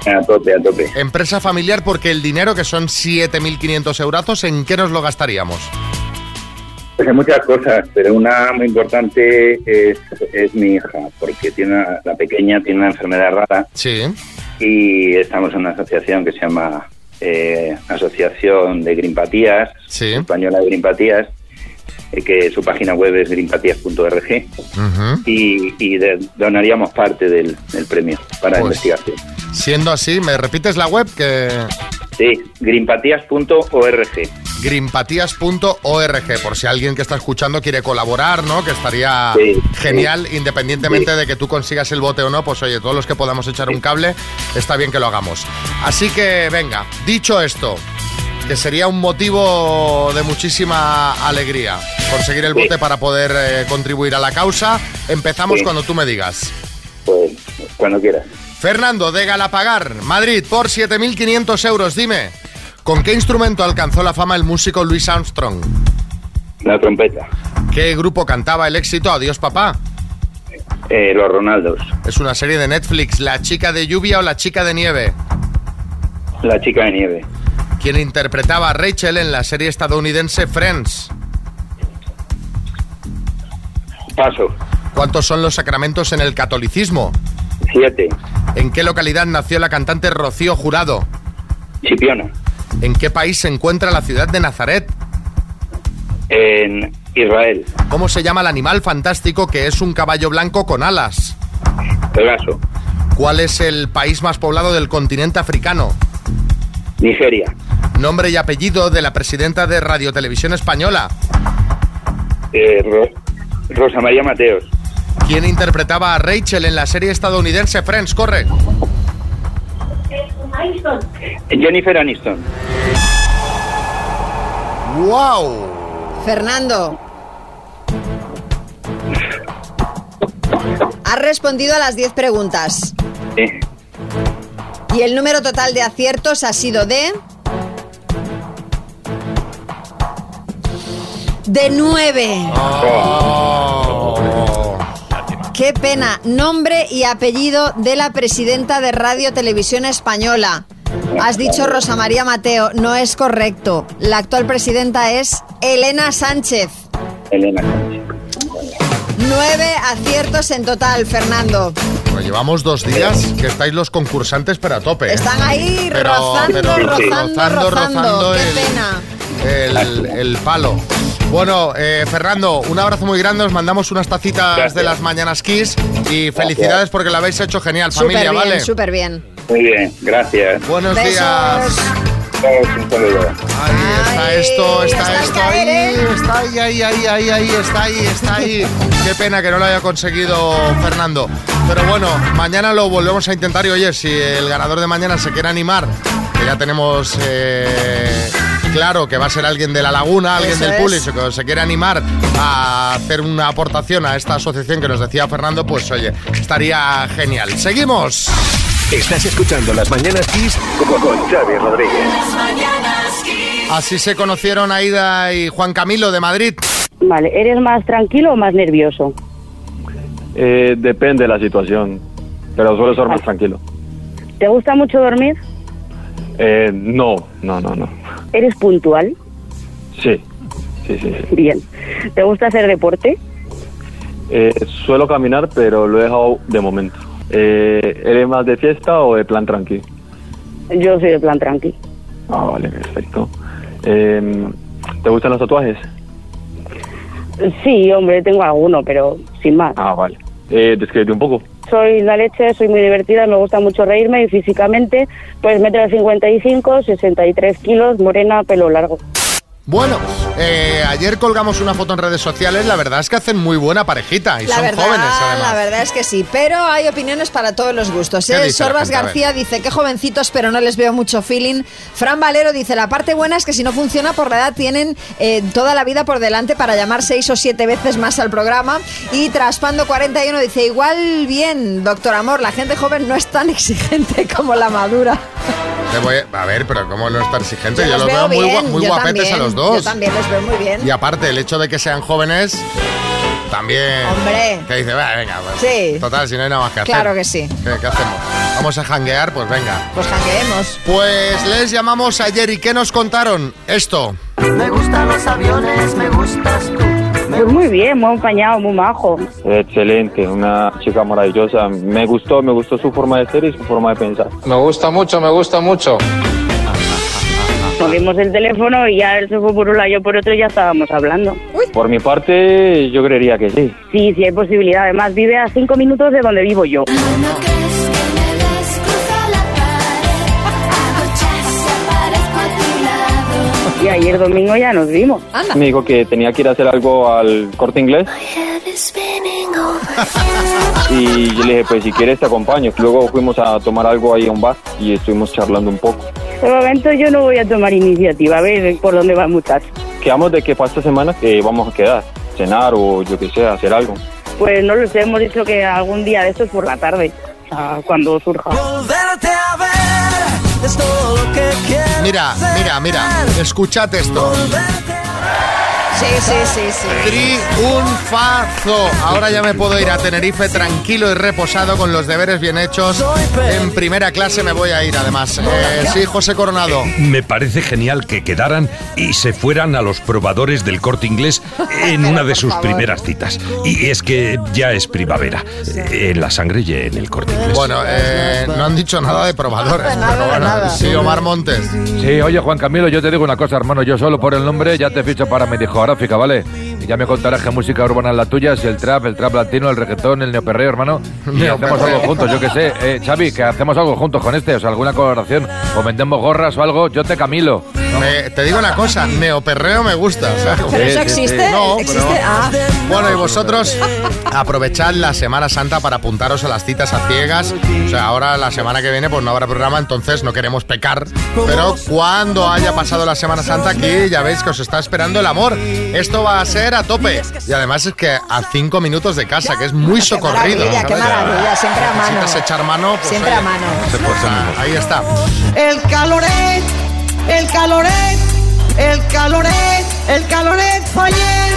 A tope, a tope. Empresa familiar porque el dinero, que son 7.500 eurazos, ¿en qué nos lo gastaríamos? Pues hay muchas cosas, pero una muy importante es, es mi hija, porque tiene una- la pequeña tiene una enfermedad rara. Sí. Y estamos en una asociación que se llama eh, Asociación de Grimpatías, Española de Grimpatías, eh, que su página web es grimpatías.org. Y, y de- donaríamos parte del, del premio para investigación. Siendo así, ¿me repites la web? Que Sí, grimpatías.org. greenpatías.org, por si alguien que está escuchando quiere colaborar, ¿no? Que estaría Sí, genial, sí. independientemente de que tú consigas el bote o no, pues oye, todos los que podamos echar un cable, está bien que lo hagamos. Así que venga, dicho esto, que sería un motivo de muchísima alegría conseguir el Sí. bote para poder eh, contribuir a la causa, empezamos Sí. cuando tú me digas. Pues cuando quieras. Fernando de Galapagar, Madrid, por 7.500 euros, dime, ¿con qué instrumento alcanzó la fama el músico Louis Armstrong? La trompeta. ¿Qué grupo cantaba el éxito Adiós papá? Eh, los Ronaldos. Es una serie de Netflix, La chica de lluvia o La chica de nieve. La chica de nieve. Quien interpretaba a Rachel en la serie estadounidense Friends. Paso. ¿Cuántos son los sacramentos en el catolicismo? Siete. ¿En qué localidad nació la cantante Rocío Jurado? Chipiona. ¿En qué país se encuentra la ciudad de Nazaret? En Israel. ¿Cómo se llama el animal fantástico que es un caballo blanco con alas? Pegaso. ¿Cuál es el país más poblado del continente africano? Nigeria. Nombre y apellido de la presidenta de Radio Televisión Española. Eh, Ro- Rosa María Mateos. ¿Quién interpretaba a Rachel en la serie estadounidense Friends? Corre. Jennifer Aniston. ¡Wow! Fernando. Has respondido a las 10 preguntas. Sí. Y el número total de aciertos ha sido de... De 9. Oh. Oh. Qué pena. Nombre y apellido de la presidenta de Radio Televisión Española. Has dicho Rosa María Mateo, no es correcto. La actual presidenta es Elena Sánchez. Elena. Nueve aciertos en total, Fernando. Bueno, llevamos dos días que estáis los concursantes pero a tope. ¿eh? Están ahí rozando, rozando, rozando, rozando Qué el- pena. el, el palo. Bueno, eh, Fernando, un abrazo muy grande. Os mandamos unas tacitas de las mañanas Kiss y felicidades porque lo habéis hecho genial, Súper familia, bien, ¿vale? súper bien. Muy bien, gracias. Buenos Besos. días. Un saludo. Está esto, está esto ahí, está ahí, ahí, ahí, ahí, ahí, está ahí, está ahí. Qué pena que no lo haya conseguido Fernando. Pero bueno, mañana lo volvemos a intentar y oye, si el ganador de mañana se quiere animar, que ya tenemos eh, claro que va a ser alguien de la laguna, alguien Eso del es. público, que se quiere animar a hacer una aportación a esta asociación que nos decía Fernando, pues oye, estaría genial. Seguimos. Estás escuchando Las Mañanas Kiss con con Xavi Rodríguez. Las mañanas Kiss. Así se conocieron Aida y Juan Camilo de Madrid. Vale, ¿eres más tranquilo o más nervioso? Eh, depende de la situación, pero suelo ser más tranquilo. ¿Te gusta mucho dormir? Eh, no, no, no, no. ¿Eres puntual? Sí, sí, sí. sí. Bien. ¿Te gusta hacer deporte? Eh, suelo caminar, pero lo he dejado de momento. Eh, ¿Eres más de fiesta o de plan tranqui? Yo soy de plan tranqui. Ah, vale, perfecto. Eh, ¿Te gustan los tatuajes? Sí, hombre, tengo alguno, pero sin más. Ah, vale. Eh, descríbete un poco. Soy la leche, soy muy divertida, me gusta mucho reírme y físicamente, pues metro 55, 63 kilos, morena, pelo largo. Bueno, eh, ayer colgamos una foto en redes sociales. La verdad es que hacen muy buena parejita y la son verdad, jóvenes además. La verdad es que sí, pero hay opiniones para todos los gustos. ¿Qué ¿eh? dice la Sorbas gente? A ver. García dice que jovencitos, pero no les veo mucho feeling. Fran Valero dice, la parte buena es que si no funciona por la edad tienen eh, toda la vida por delante para llamar seis o siete veces más al programa. Y Traspando41 dice, igual bien, doctor Amor, la gente joven no es tan exigente como la madura. Te voy a, a ver, pero cómo no estar exigente. Yo, los los veo, muy, gua- bien, muy yo guapetes también, a los dos. Yo también los veo muy bien. Y aparte, el hecho de que sean jóvenes también. Hombre. Que dice, "Va, venga, pues, Sí. Total, si no hay nada más que hacer. Claro que sí. ¿Qué, qué hacemos? ¿Vamos a janguear? Pues venga. Pues jangueemos. Pues les llamamos ayer y ¿qué nos contaron? Esto. Me gustan los aviones, me gustas tú. Pues muy bien, muy empañado, muy majo. Excelente, una chica maravillosa. Me gustó, me gustó su forma de ser y su forma de pensar. Me gusta mucho, me gusta mucho. Cogimos el teléfono y ya él se fue por un lado, yo por otro y ya estábamos hablando. Por mi parte, yo creería que sí. Sí, sí hay posibilidad. Además, vive a cinco minutos de donde vivo yo. Y ayer domingo ya nos vimos. Me dijo que tenía que ir a hacer algo al corte inglés y yo le dije, pues si quieres te acompaño. Luego fuimos a tomar algo ahí a un bar y estuvimos charlando un poco. De momento yo no voy a tomar iniciativa, a ver por dónde va el muchacho. Quedamos de que para esta semana que vamos a quedar, cenar o yo que sé, hacer algo. Pues no lo sé, hemos dicho que algún día de estos por la tarde, ah, cuando surja. Volverte a ver es todo lo que quiero. Mira, mira, mira. Escuchad esto. Sí, sí, sí, sí. Triunfazo. Ahora ya me puedo ir a Tenerife tranquilo y reposado con los deberes bien hechos. En primera clase me voy a ir además. Eh, sí, José Coronado. Me parece genial que quedaran y se fueran a los probadores del corte inglés en una de sus primeras citas. Y es que ya es primavera. eh, En la sangre y en el corte inglés. Bueno, eh, no han dicho nada de probadores. pero bueno, sí, Omar Montes. Sí, oye Juan Camilo, yo te digo una cosa, hermano, yo solo por el nombre ya te ficho para mi discográfica, ¿vale? Y ya me contarás qué música urbana es la tuya, si el trap, el trap latino, el reggaetón, el neoperreo, hermano. Y hacemos algo juntos, yo qué sé, eh, Xavi, que hacemos algo juntos con este, o sea, alguna colaboración, o vendemos gorras o algo, yo te Camilo. Me- te digo una cosa, neoperreo me gusta. o sea, ¿Pero eso existe? No, pero- ¿Existe? Ah. Bueno, y vosotros aprovechad la Semana Santa para apuntaros a las citas a ciegas. O sea, ahora la semana que viene pues no habrá programa, entonces no queremos pecar. Pero cuando haya pasado la Semana Santa aquí, ya veis que os está esperando el amor. Esto va a ser a tope. Y además es que a cinco minutos de casa, que es muy socorrido. maravilla, qué ¿sabes? maravilla, siempre a mano. Necesitas echar mano. pues, Siempre a oye, mano. se fuerza. Ahí está. El caloret, el caloret, el caloret, el caloret faller,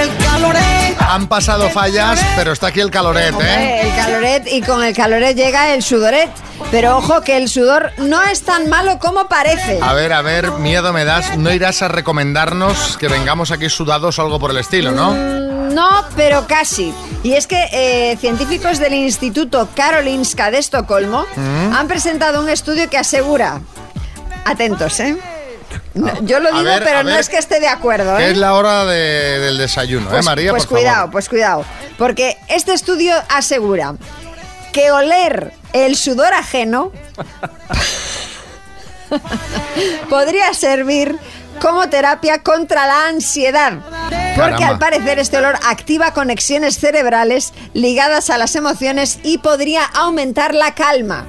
el caloret. Han pasado fallas, pero está aquí el caloret, ¿eh? El caloret y con el caloret llega el sudoret. Pero ojo que el sudor no es tan malo como parece. A ver, a ver, miedo me das. No irás a recomendarnos que vengamos aquí sudados o algo por el estilo, ¿no? Mm, No, pero casi. Y es que eh, científicos del Instituto Karolinska de Estocolmo ¿Mm? han presentado un estudio que asegura. Atentos, ¿eh? No, yo lo Oh. A digo, ver, a pero no ver. es que esté de acuerdo. Que ¿eh? es la hora de- del desayuno, ¿eh, Pues- María? Pues por cuidado, favor. pues cuidado. Porque este estudio asegura que oler el sudor ajeno podría servir como terapia contra la ansiedad. Porque Caramba. al parecer este olor activa conexiones cerebrales ligadas a las emociones y podría aumentar la calma.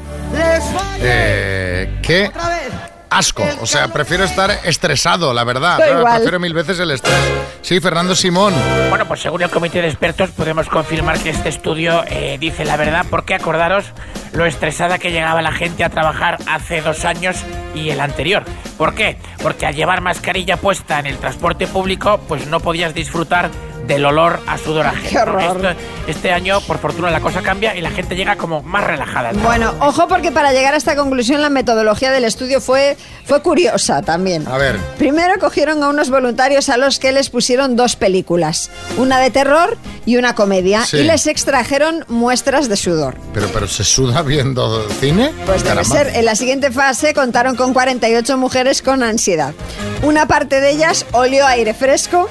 Eh, ¿Qué? Asco. O sea, prefiero estar estresado, la verdad. Da Claro, igual. Prefiero mil veces el estrés. Sí, Fernando Simón. Bueno, pues según el comité de expertos podemos confirmar que este estudio eh, dice la verdad, porque acordaros lo estresada que llegaba la gente a trabajar hace dos años y el anterior. ¿Por qué? Porque al llevar mascarilla puesta en el transporte público, pues no podías disfrutar del olor a sudor ajeno. Qué horror. Esto- este año, por fortuna, la cosa cambia y la gente llega como más relajada. al Bueno, ojo porque para llegar a esta conclusión la metodología del estudio fue, fue curiosa también. A ver. Primero cogieron a unos voluntarios a los que les pusieron dos películas, una de terror y una comedia, Sí. y les extrajeron muestras de sudor. Pero, pero ¿se suda viendo cine? Pues debe Caramba. ser, en la siguiente fase contaron con 48 mujeres con ansiedad. Una parte de ellas olió aire fresco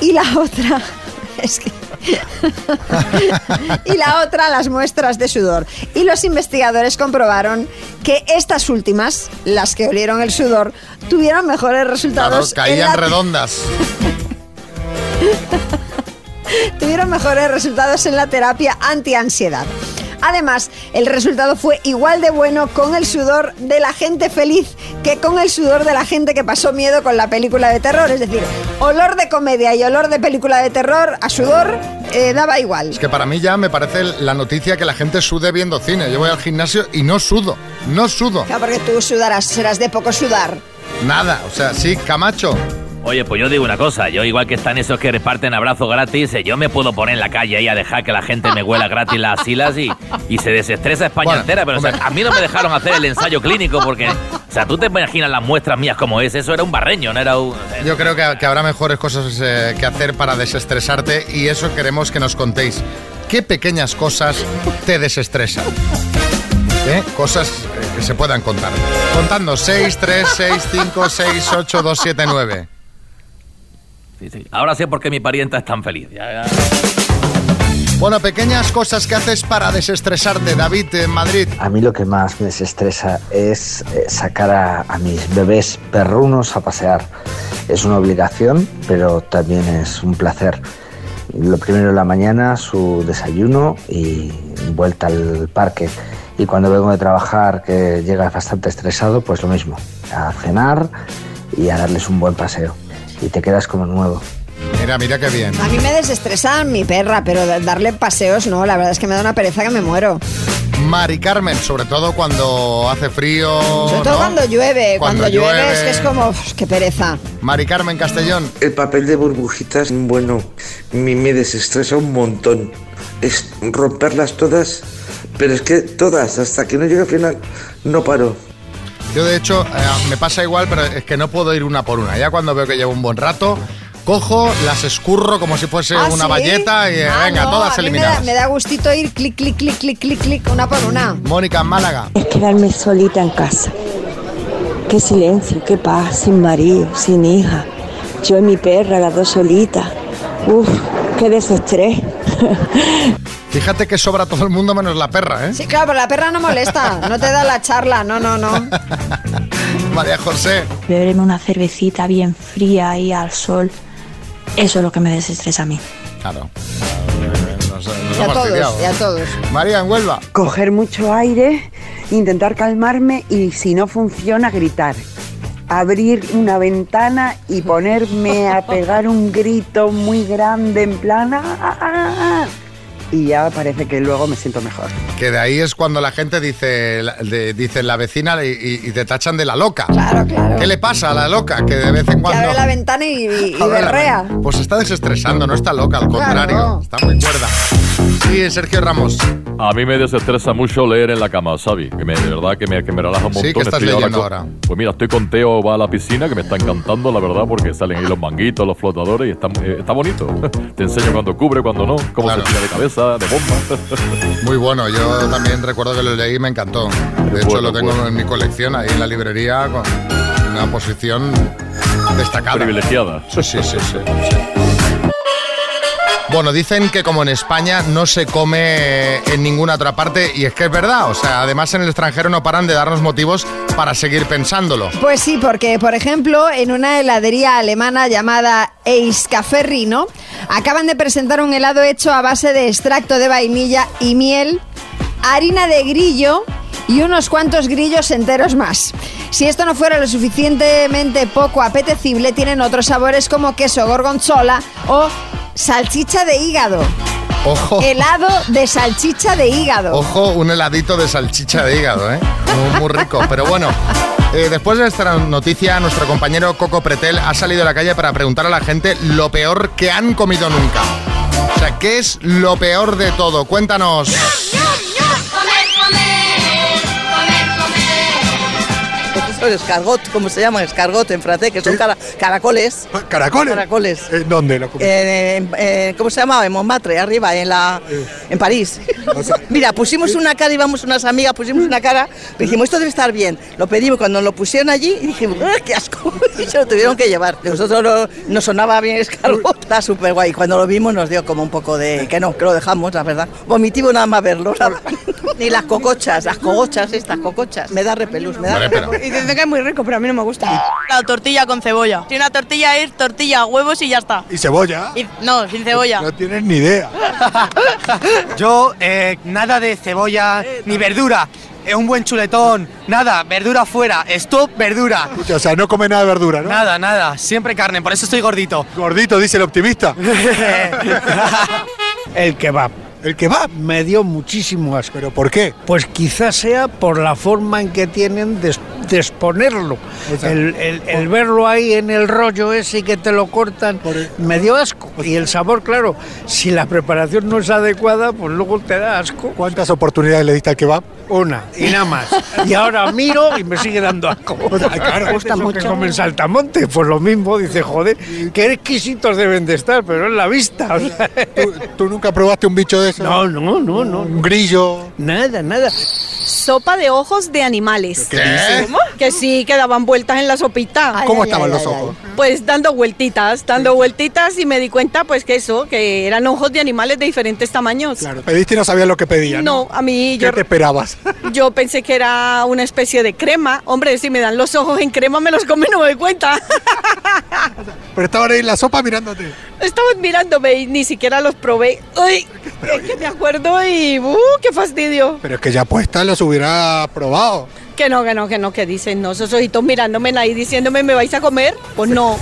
y la otra es que y la otra las muestras de sudor. Y los investigadores comprobaron que estas últimas, las que olieron el sudor, tuvieron mejores Claro, resultados. en caían la- redondas. tuvieron mejores resultados en la terapia antiansiedad. Además, el resultado fue igual de bueno con el sudor de la gente feliz que con el sudor de la gente que pasó miedo con la película de terror. Es decir, olor de comedia y olor de película de terror a sudor eh, daba igual. Es que para mí ya me parece la noticia que la gente sude viendo cine. Yo voy al gimnasio y no sudo, no sudo. Claro, Ah, porque tú sudarás, serás de poco sudar. Nada, o sea, sí, Camacho. Oye, pues yo digo una cosa, yo igual que están esos que reparten abrazos gratis, eh, yo me puedo poner en la calle ahí a dejar que la gente me huela gratis las asilas y, y se desestresa España entera, pero o sea, a mí no me dejaron hacer el ensayo clínico porque, o sea, tú te imaginas las muestras mías como es, eso era un barreño, no era un... Yo creo que, que habrá mejores cosas eh, que hacer para desestresarte y eso queremos que nos contéis. ¿Qué pequeñas cosas te desestresan? ¿Eh? Cosas eh, que se puedan contar. Contando 6, 3, 6, 5, 6, 8, 2, 7, 9. Sí, sí. Ahora sé por qué mi parienta es tan feliz. Ya, ya. Bueno, pequeñas cosas que haces para desestresarte, David, en Madrid. A mí lo que más me desestresa es eh, sacar a, a mis bebés perrunos a pasear. Es una obligación, pero también es un placer. Lo primero en la mañana, su desayuno y vuelta al parque. Y cuando vengo de trabajar, que llegas bastante estresado, pues lo mismo. A cenar y a darles un buen paseo. Y te quedas como nuevo. Mira, mira qué bien. A mí me desestresa mi perra, pero da- darle paseos no, la verdad es que me da una pereza que me muero. Mari Carmen, sobre todo cuando hace frío. Sobre todo ¿no? cuando llueve, cuando, Cuando llueve, es llueve. que es como, "Uf, qué pereza. Mari Carmen Castellón. El papel de burbujitas, bueno, me, me desestresa un montón. Es romperlas todas, pero es que todas, hasta que no llegue al final, no paro. Yo de hecho eh, me pasa igual, pero es que no puedo ir una por una. Ya cuando veo que llevo un buen rato, cojo, las escurro como si fuese ¿Ah, una sí? valleta y eh, Ah, venga, no, todas a mí me da, eliminadas. me da gustito ir clic, clic, clic, clic, clic, clic, una por una. Mónica en Málaga. Es quedarme solita en casa. Qué silencio, qué paz, sin marido, sin hija. Yo y mi perra, las dos solitas. Uf, qué desestrés. Fíjate que sobra todo el mundo menos la perra, ¿eh? Sí, claro, pero la perra no molesta, no te da la charla, no, no, no. María José. Beberme una cervecita bien fría y al sol. Eso es lo que me desestresa a mí. Claro. Nos, nos Y ha a todos, fastidiado. y a todos. María en Huelva. Coger mucho aire, intentar calmarme y si no funciona, gritar. Abrir una ventana y ponerme a pegar un grito muy grande en plan. "Ah, ah, ah, ah". Y ya parece que luego me siento mejor. Que de ahí es cuando la gente dice, la- de- dice la vecina y, y- y te tachan de la loca. Claro, claro. ¿Qué le pasa a la loca? Que de vez en Que cuando. abre la ventana y, y, y Abre la berrea. Pues se está desestresando, no está loca, al contrario. Está muy cuerda. Sí, Sergio Ramos. A mí me desestresa mucho leer en la cama, ¿sabes? Que me- de verdad que me, que me relaja un Sí, montón. ¿qué estás Estoy leyendo con- ahora? Pues mira, estoy con Teo va a la piscina, que me está encantando, la verdad, porque salen ahí los manguitos, los flotadores, y está, eh, está bonito. Te enseño cuando cubre, cuando no, cómo se tira de cabeza, de bomba. Muy bueno, yo también recuerdo que lo leí y me encantó. De hecho, lo tengo en mi colección, ahí en la librería, con una posición destacada. Privilegiada. Sí, sí, sí, sí. sí. Bueno, dicen que como en España no se come en ninguna otra parte, y es que es verdad, o sea, además en el extranjero no paran de darnos motivos para seguir pensándolo. Pues sí, porque por ejemplo, en una heladería alemana llamada Eiskafe Rino, acaban de presentar un helado hecho a base de extracto de vainilla y miel, harina de grillo y unos cuantos grillos enteros más. Si esto no fuera lo suficientemente poco apetecible, tienen otros sabores como queso gorgonzola o salchicha de hígado. Ojo. Helado de salchicha de hígado. Ojo, un heladito de salchicha de hígado, ¿eh? Muy, muy rico. Pero bueno, eh, después de esta noticia, nuestro compañero Coco Pretel ha salido a la calle para preguntar a la gente lo peor que han comido nunca. O sea, ¿qué es lo peor de todo? Cuéntanos. Comer, comer, comer, comer. los escargots, como se llaman, escargot en francés, que son cara- caracoles. Ah, ¿Caracoles? Caracoles. ¿En dónde lo comí? Eh, en- eh, ¿Cómo se llamaba? En Montmartre, arriba, en la Eh, en París. Mira, pusimos una cara, íbamos unas amigas, pusimos una cara, dijimos, esto debe estar bien. Lo pedimos, cuando lo pusieron allí, y dijimos, "Ah, ¡qué asco! Y se lo tuvieron que llevar. Y Nosotros no, no sonaba bien el escargot, está súper guay. Cuando lo vimos nos dio como un poco de... que no, que lo dejamos, la verdad. Vomitivo nada más verlo, la verdad. Ni las cocochas, las cocochas estas, cocochas. Me da repelús, me da Vale, pero- repelús. Y dicen que es muy rico, pero a mí no me gusta. La tortilla con cebolla. Si una tortilla es tortilla, huevos y ya está. ¿Y cebolla? Y- no, sin cebolla. No tienes ni idea. Yo, eh, nada de cebolla ni verdura. Eh, un buen chuletón, nada, verdura fuera, stop verdura. O sea, no come nada de verdura, ¿no? Nada, nada, siempre carne, por eso estoy gordito. Gordito, dice el optimista. El kebab. El kebab me dio muchísimo asco. ¿Pero por qué? Pues quizás sea por la forma en que tienen de, de exponerlo. el, el- el verlo ahí en el rollo ese y que te lo cortan me dio asco. Y el sabor, claro, si la preparación no es adecuada, pues luego te da asco. ¿Cuántas oportunidades le diste al kebab? Una, y nada más. Y ahora miro y me sigue dando asco. Este Claro, gusta mucho. Que comen saltamontes, pues lo mismo, dice, joder, qué exquisitos deben de estar, pero en la vista. ¿Tú, nunca probaste un bicho de eso? No, no, no, no. Un grillo. Nada, nada. Sopa de ojos de animales. ¿Qué dices? ¿Cómo? Que sí, que daban vueltas en la sopita. ¿Cómo estaban los ojos? Pues dando vueltitas, dando vueltitas y me di cuenta pues que eso, que eran ojos de animales de diferentes tamaños. Pediste y no sabías lo que pedías. No, a mí ¿Qué yo, te esperabas? yo pensé que era una especie de crema. Hombre, si me dan los ojos en crema me los come y no me doy cuenta. Pero estaba ahí en la sopa mirándote. Estaban mirándome y ni siquiera los probé. ¡Ay! Es que me acuerdo y ¡uh! ¡Qué fastidio! Pero es que ya apuesta los hubiera probado. Que no, que no, que no, que dicen, no, esos ojitos mirándome ahí diciéndome, ¿me vais a comer? Pues no.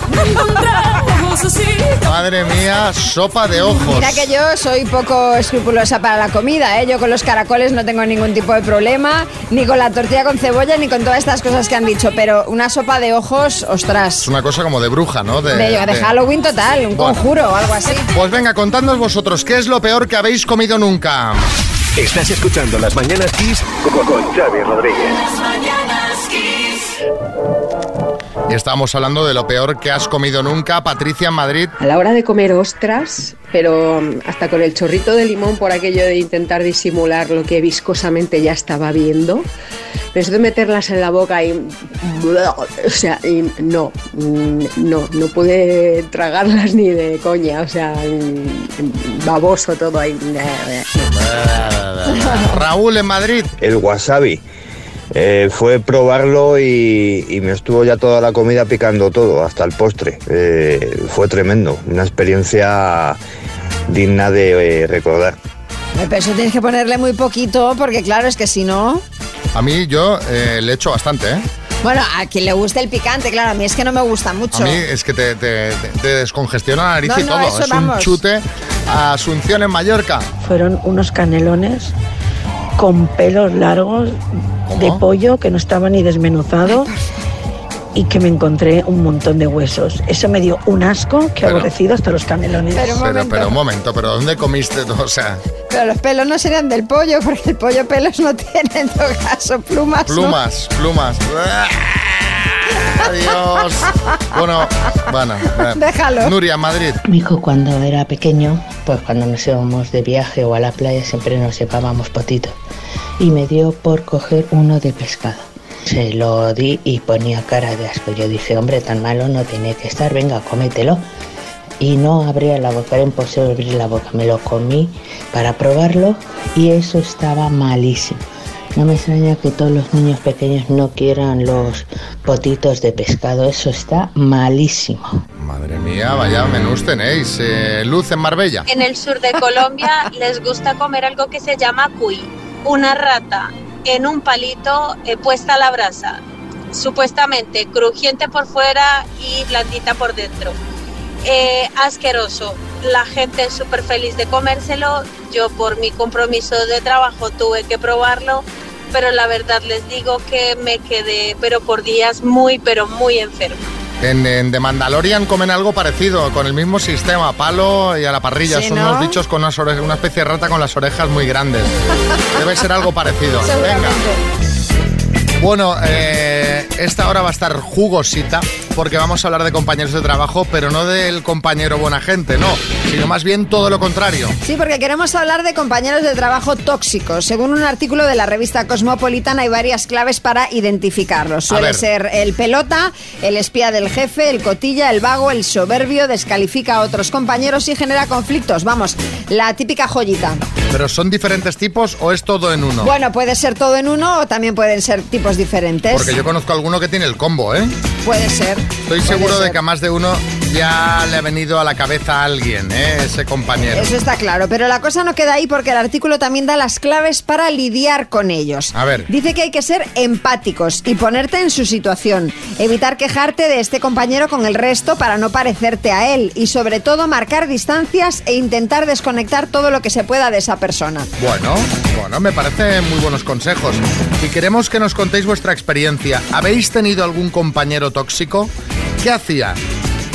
Madre mía, sopa de ojos. Mira que yo soy poco escrupulosa para la comida, ¿eh? Yo con los caracoles no tengo ningún tipo de problema, ni con la tortilla con cebolla, ni con todas estas cosas que han dicho, pero una sopa de ojos, ostras, Es una cosa como de bruja, ¿no? de, de Halloween total, un Bueno. conjuro o algo así. Pues venga, contadnos vosotros, ¿qué es lo peor que habéis comido nunca? Estás escuchando Las Mañanas Kiss con, Xavi Rodríguez. Las mañanas Kiss. Y estábamos hablando de lo peor que has comido nunca, Patricia en Madrid. A la hora de comer ostras, pero mm, hasta con el chorrito de limón por aquello de intentar disimular lo que viscosamente ya estaba viendo, desde meterlas en la boca y... O sea, y no, mm, no, no pude tragarlas ni de coña, o sea, mm, baboso todo ahí. Raúl en Madrid. El wasabi. Eh, fue probarlo y, y me estuvo ya toda la comida picando todo, hasta el postre. Eh, fue tremendo, una experiencia digna de eh, recordar. Ay, Pero eso tienes que ponerle muy poquito, porque claro, es que si no... A mí yo eh, le echo bastante, ¿eh? Bueno, a quien le gusta el picante, claro, a mí es que no me gusta A mucho. mí es que te, te- te- te descongestiona la nariz No, y no, todo. eso es un vamos. chute a Asunción en Mallorca. Fueron unos canelones con pelos largos de pollo que no estaba ni desmenuzado y que me encontré un montón de huesos. Eso me dio un asco que aborrecido hasta los canelones. Pero, pero un momento, pero ¿dónde comiste todo? O sea, Pero los pelos no serían del pollo, porque el pollo pelos no tiene, en todo caso, plumas. ¿no? plumas, plumas. Adiós. Bueno, bueno. eh, Déjalo. Nuria en Madrid. Mi hijo cuando era pequeño, pues cuando nos íbamos de viaje o a la playa siempre nos llevábamos potitos. Y me dio por coger uno de pescado. Se lo di y ponía cara de asco. Yo dije, hombre, tan malo no tiene que estar, venga, cómetelo. Y no abría la boca, era imposible abrir la boca. Me lo comí para probarlo y eso estaba malísimo. No me extraña que todos los niños pequeños no quieran los potitos de pescado, eso está malísimo. Madre mía, vaya menús tenéis. Eh, Luz en Marbella. En el sur de Colombia les gusta comer algo que se llama cuy, una rata en un palito eh, puesta a la brasa, supuestamente crujiente por fuera y blandita por dentro. Eh, asqueroso, la gente es súper feliz de comérselo, yo por mi compromiso de trabajo tuve que probarlo, pero la verdad les digo que me quedé, pero por días muy, pero muy enfermo. En, en The Mandalorian comen algo parecido, con el mismo sistema, a palo y a la parrilla. Sí, Son ¿no? unos bichos con unas ore- una especie de rata con las orejas muy grandes. Debe ser algo parecido. Venga. Bueno, eh, esta hora va a estar jugosita porque vamos a hablar de compañeros de trabajo, pero no del compañero buena gente, no, sino más bien todo lo contrario. Sí, porque queremos hablar de compañeros de trabajo tóxicos. Según un artículo de la revista Cosmopolitan hay varias claves para identificarlos. Suele ver. ser el pelota, el espía del jefe, el cotilla, el vago, el soberbio, descalifica a otros compañeros y genera conflictos. Vamos, la típica joyita. ¿Pero son diferentes tipos o es todo en uno? Bueno, puede ser todo en uno o también pueden ser tipos diferentes. Porque yo conozco alguno que tiene el combo, ¿eh? Puede ser. Estoy puede seguro de ser. que a más de uno ya le ha venido a la cabeza a alguien, ¿eh? Ese compañero. Eso está claro, pero la cosa no queda ahí porque el artículo también da las claves para lidiar con ellos. A ver. Dice que hay que ser empáticos y ponerte en su situación, evitar quejarte de este compañero con el resto para no parecerte a él y sobre todo marcar distancias e intentar desconectar todo lo que se pueda de esa persona. Bueno, bueno, me parecen muy buenos consejos. Y queremos que nos contéis vuestra experiencia. ¿Habéis tenido algún compañero tóxico? ¿Qué hacía?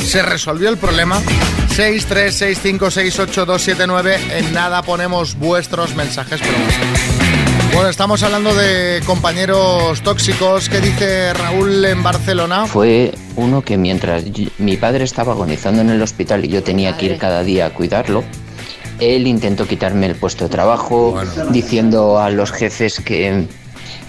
¿Se resolvió el problema? 636568279. En nada ponemos vuestros mensajes. pero bueno. Bueno, estamos hablando de compañeros tóxicos. ¿Qué dice Raúl en Barcelona? Fue uno que mientras y- mi padre estaba agonizando en el hospital y yo tenía que ir cada día a cuidarlo, él intentó quitarme el puesto de trabajo diciendo a los jefes que,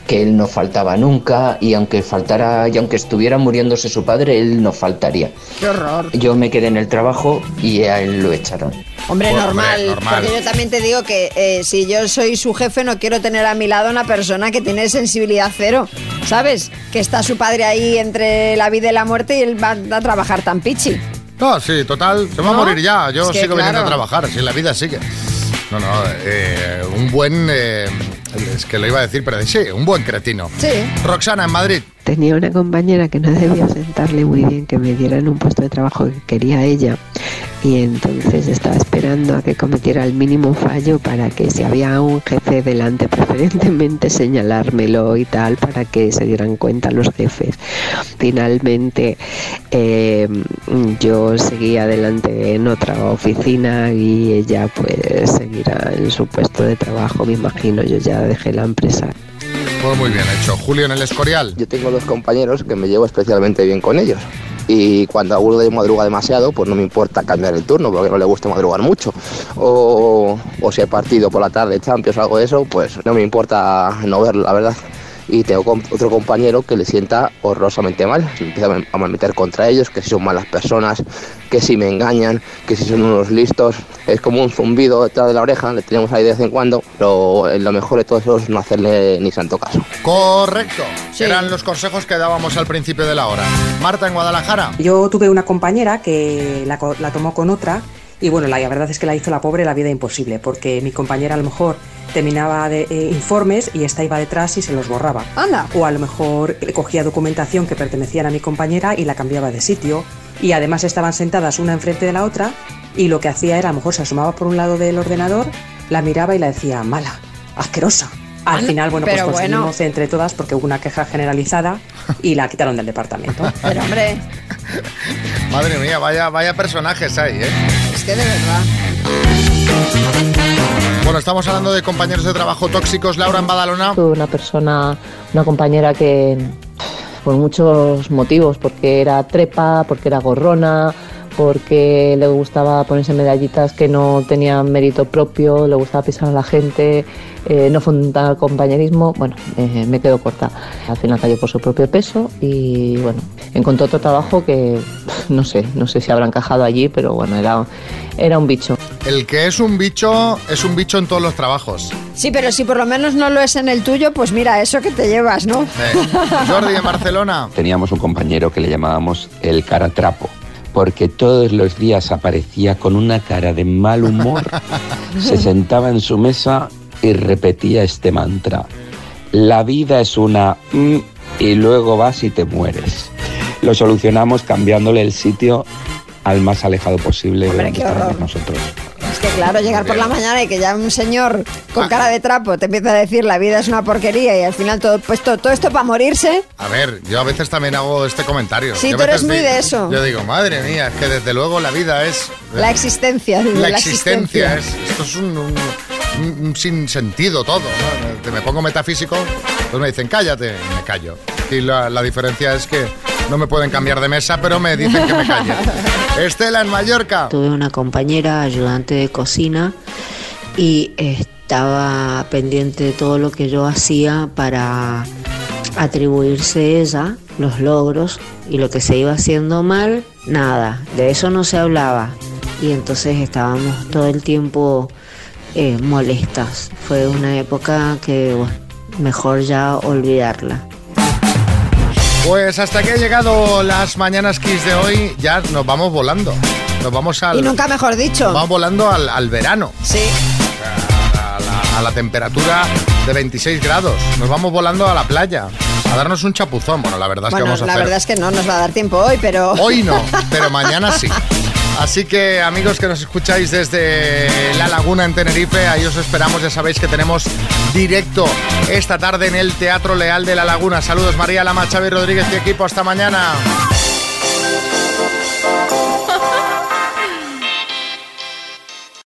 que él no faltaba nunca y aunque faltara y aunque estuviera muriéndose su padre, él no faltaría. Qué horror. Yo me quedé en el trabajo y a él lo echaron. Hombre, normal, porque yo también te digo que eh, si yo soy su jefe no quiero tener a mi lado una persona que tiene sensibilidad cero, ¿sabes? Que está su padre ahí entre la vida y la muerte y él va a trabajar tan pichi. No, sí, total, se va a ¿No? morir ya. Yo Es que sigo viniendo claro. a trabajar, si la vida sigue. No, no, eh, un buen. eh, es que lo iba a decir, pero sí, un buen cretino. Sí. Roxana, en Madrid. Tenía una compañera que no debía sentarle muy bien que me dieran un puesto de trabajo que quería ella y entonces estaba esperando a que cometiera el mínimo fallo para que si había un jefe delante preferentemente señalármelo y tal para que se dieran cuenta los jefes. Finalmente eh, yo seguí adelante en otra oficina y ella pues seguirá en su puesto de trabajo, me imagino, yo ya dejé la empresa. Todo Pues muy bien hecho. Julio en el Escorial. Yo tengo dos compañeros que me llevo especialmente bien con ellos. Y cuando alguno de ellos madruga demasiado, pues no me importa cambiar el turno porque no le gusta madrugar mucho. O, o si hay partido por la tarde, Champions o algo de eso, pues no me importa no verlo, la verdad. Y tengo com- otro compañero que le sienta horrorosamente mal. Se empieza a me- a meter contra ellos, que si son malas personas, que si me engañan, que si son unos listos. Es como un zumbido detrás de la oreja, le tenemos ahí de vez en cuando. Lo, lo mejor de todo eso es no hacerle ni santo caso. Correcto. Eran los consejos que dábamos al principio de la hora. Marta en Guadalajara. Yo tuve una compañera que la, co- la tomó con otra y bueno, la, la verdad es que la hizo la pobre la vida imposible, porque mi compañera a lo mejor terminaba de, eh, informes y esta iba detrás y se los borraba. O a lo mejor eh, cogía documentación que pertenecían a mi compañera y la cambiaba de sitio. Y además estaban sentadas una enfrente de la otra y lo que hacía era a lo mejor se asomaba por un lado del ordenador, la miraba y la decía mala, asquerosa. Al Ah, final, bueno, pues pero bueno. conseguimos entre todas porque hubo una queja generalizada y la quitaron del departamento. Pero hombre, Madre mía, vaya, vaya personajes hay, ¿eh? es que de verdad. Bueno, estamos hablando de compañeros de trabajo tóxicos. Laura en Badalona. Tuve una persona, una compañera que por muchos motivos, porque era trepa, porque era gorrona, porque le gustaba ponerse medallitas que no tenían mérito propio, le gustaba pisar a la gente, eh, no fundar compañerismo, bueno, eh, me quedo corta. Al final cayó por su propio peso y bueno, encontró otro trabajo que no sé, no sé si habrá encajado allí, pero bueno, era, era un bicho. El que es un bicho, es un bicho en todos los trabajos. Sí, pero si por lo menos no lo es en el tuyo, pues mira, eso que te llevas, ¿no? Eh, Jordi en Barcelona. Teníamos un compañero que le llamábamos el cara trapo, porque todos los días aparecía con una cara de mal humor, se sentaba en su mesa y repetía este mantra. La vida es una mm, y luego vas y te mueres. Lo solucionamos cambiándole el sitio al más alejado posible de Hombre, donde qué estábamos horror. nosotros. Es que claro, llegar por la mañana y que ya un señor con cara de trapo te empieza a decir la vida es una porquería y al final todo, pues, to- todo esto para morirse. A ver, yo a veces también hago este comentario. Sí, Yo a tú eres veces muy di- de eso. Yo digo, madre mía, es que desde luego la vida es... La existencia. digo, la existencia. es- esto es un, un- un- un sin sentido todo. ¿no? Te me pongo metafísico, pues me dicen, cállate, y me callo. Y la, la diferencia es que no me pueden cambiar de mesa, pero me dicen que me calle. Estela en Mallorca. Tuve una compañera ayudante de cocina y estaba pendiente de todo lo que yo hacía para atribuirse ella los logros y lo que se iba haciendo mal, nada, de eso no se hablaba. Y entonces estábamos todo el tiempo eh, molestas. Fue una época que, bueno, mejor ya olvidarla. Pues hasta que ha llegado las mañanas Kiss de hoy, ya nos vamos volando. Nos vamos al. Y nunca mejor dicho. Vamos volando al, al verano. Sí. A la, a la temperatura de 26 grados. Nos vamos volando a la playa. A darnos un chapuzón. Bueno, la verdad es Bueno, que vamos a la hacer. verdad es que no nos va a dar tiempo hoy, pero... Hoy no, pero mañana sí. Así que amigos que nos escucháis desde La Laguna en Tenerife, ahí os esperamos, ya sabéis que tenemos directo esta tarde en el Teatro Leal de La Laguna. Saludos María Lama, Xavi Rodríguez y equipo, hasta mañana.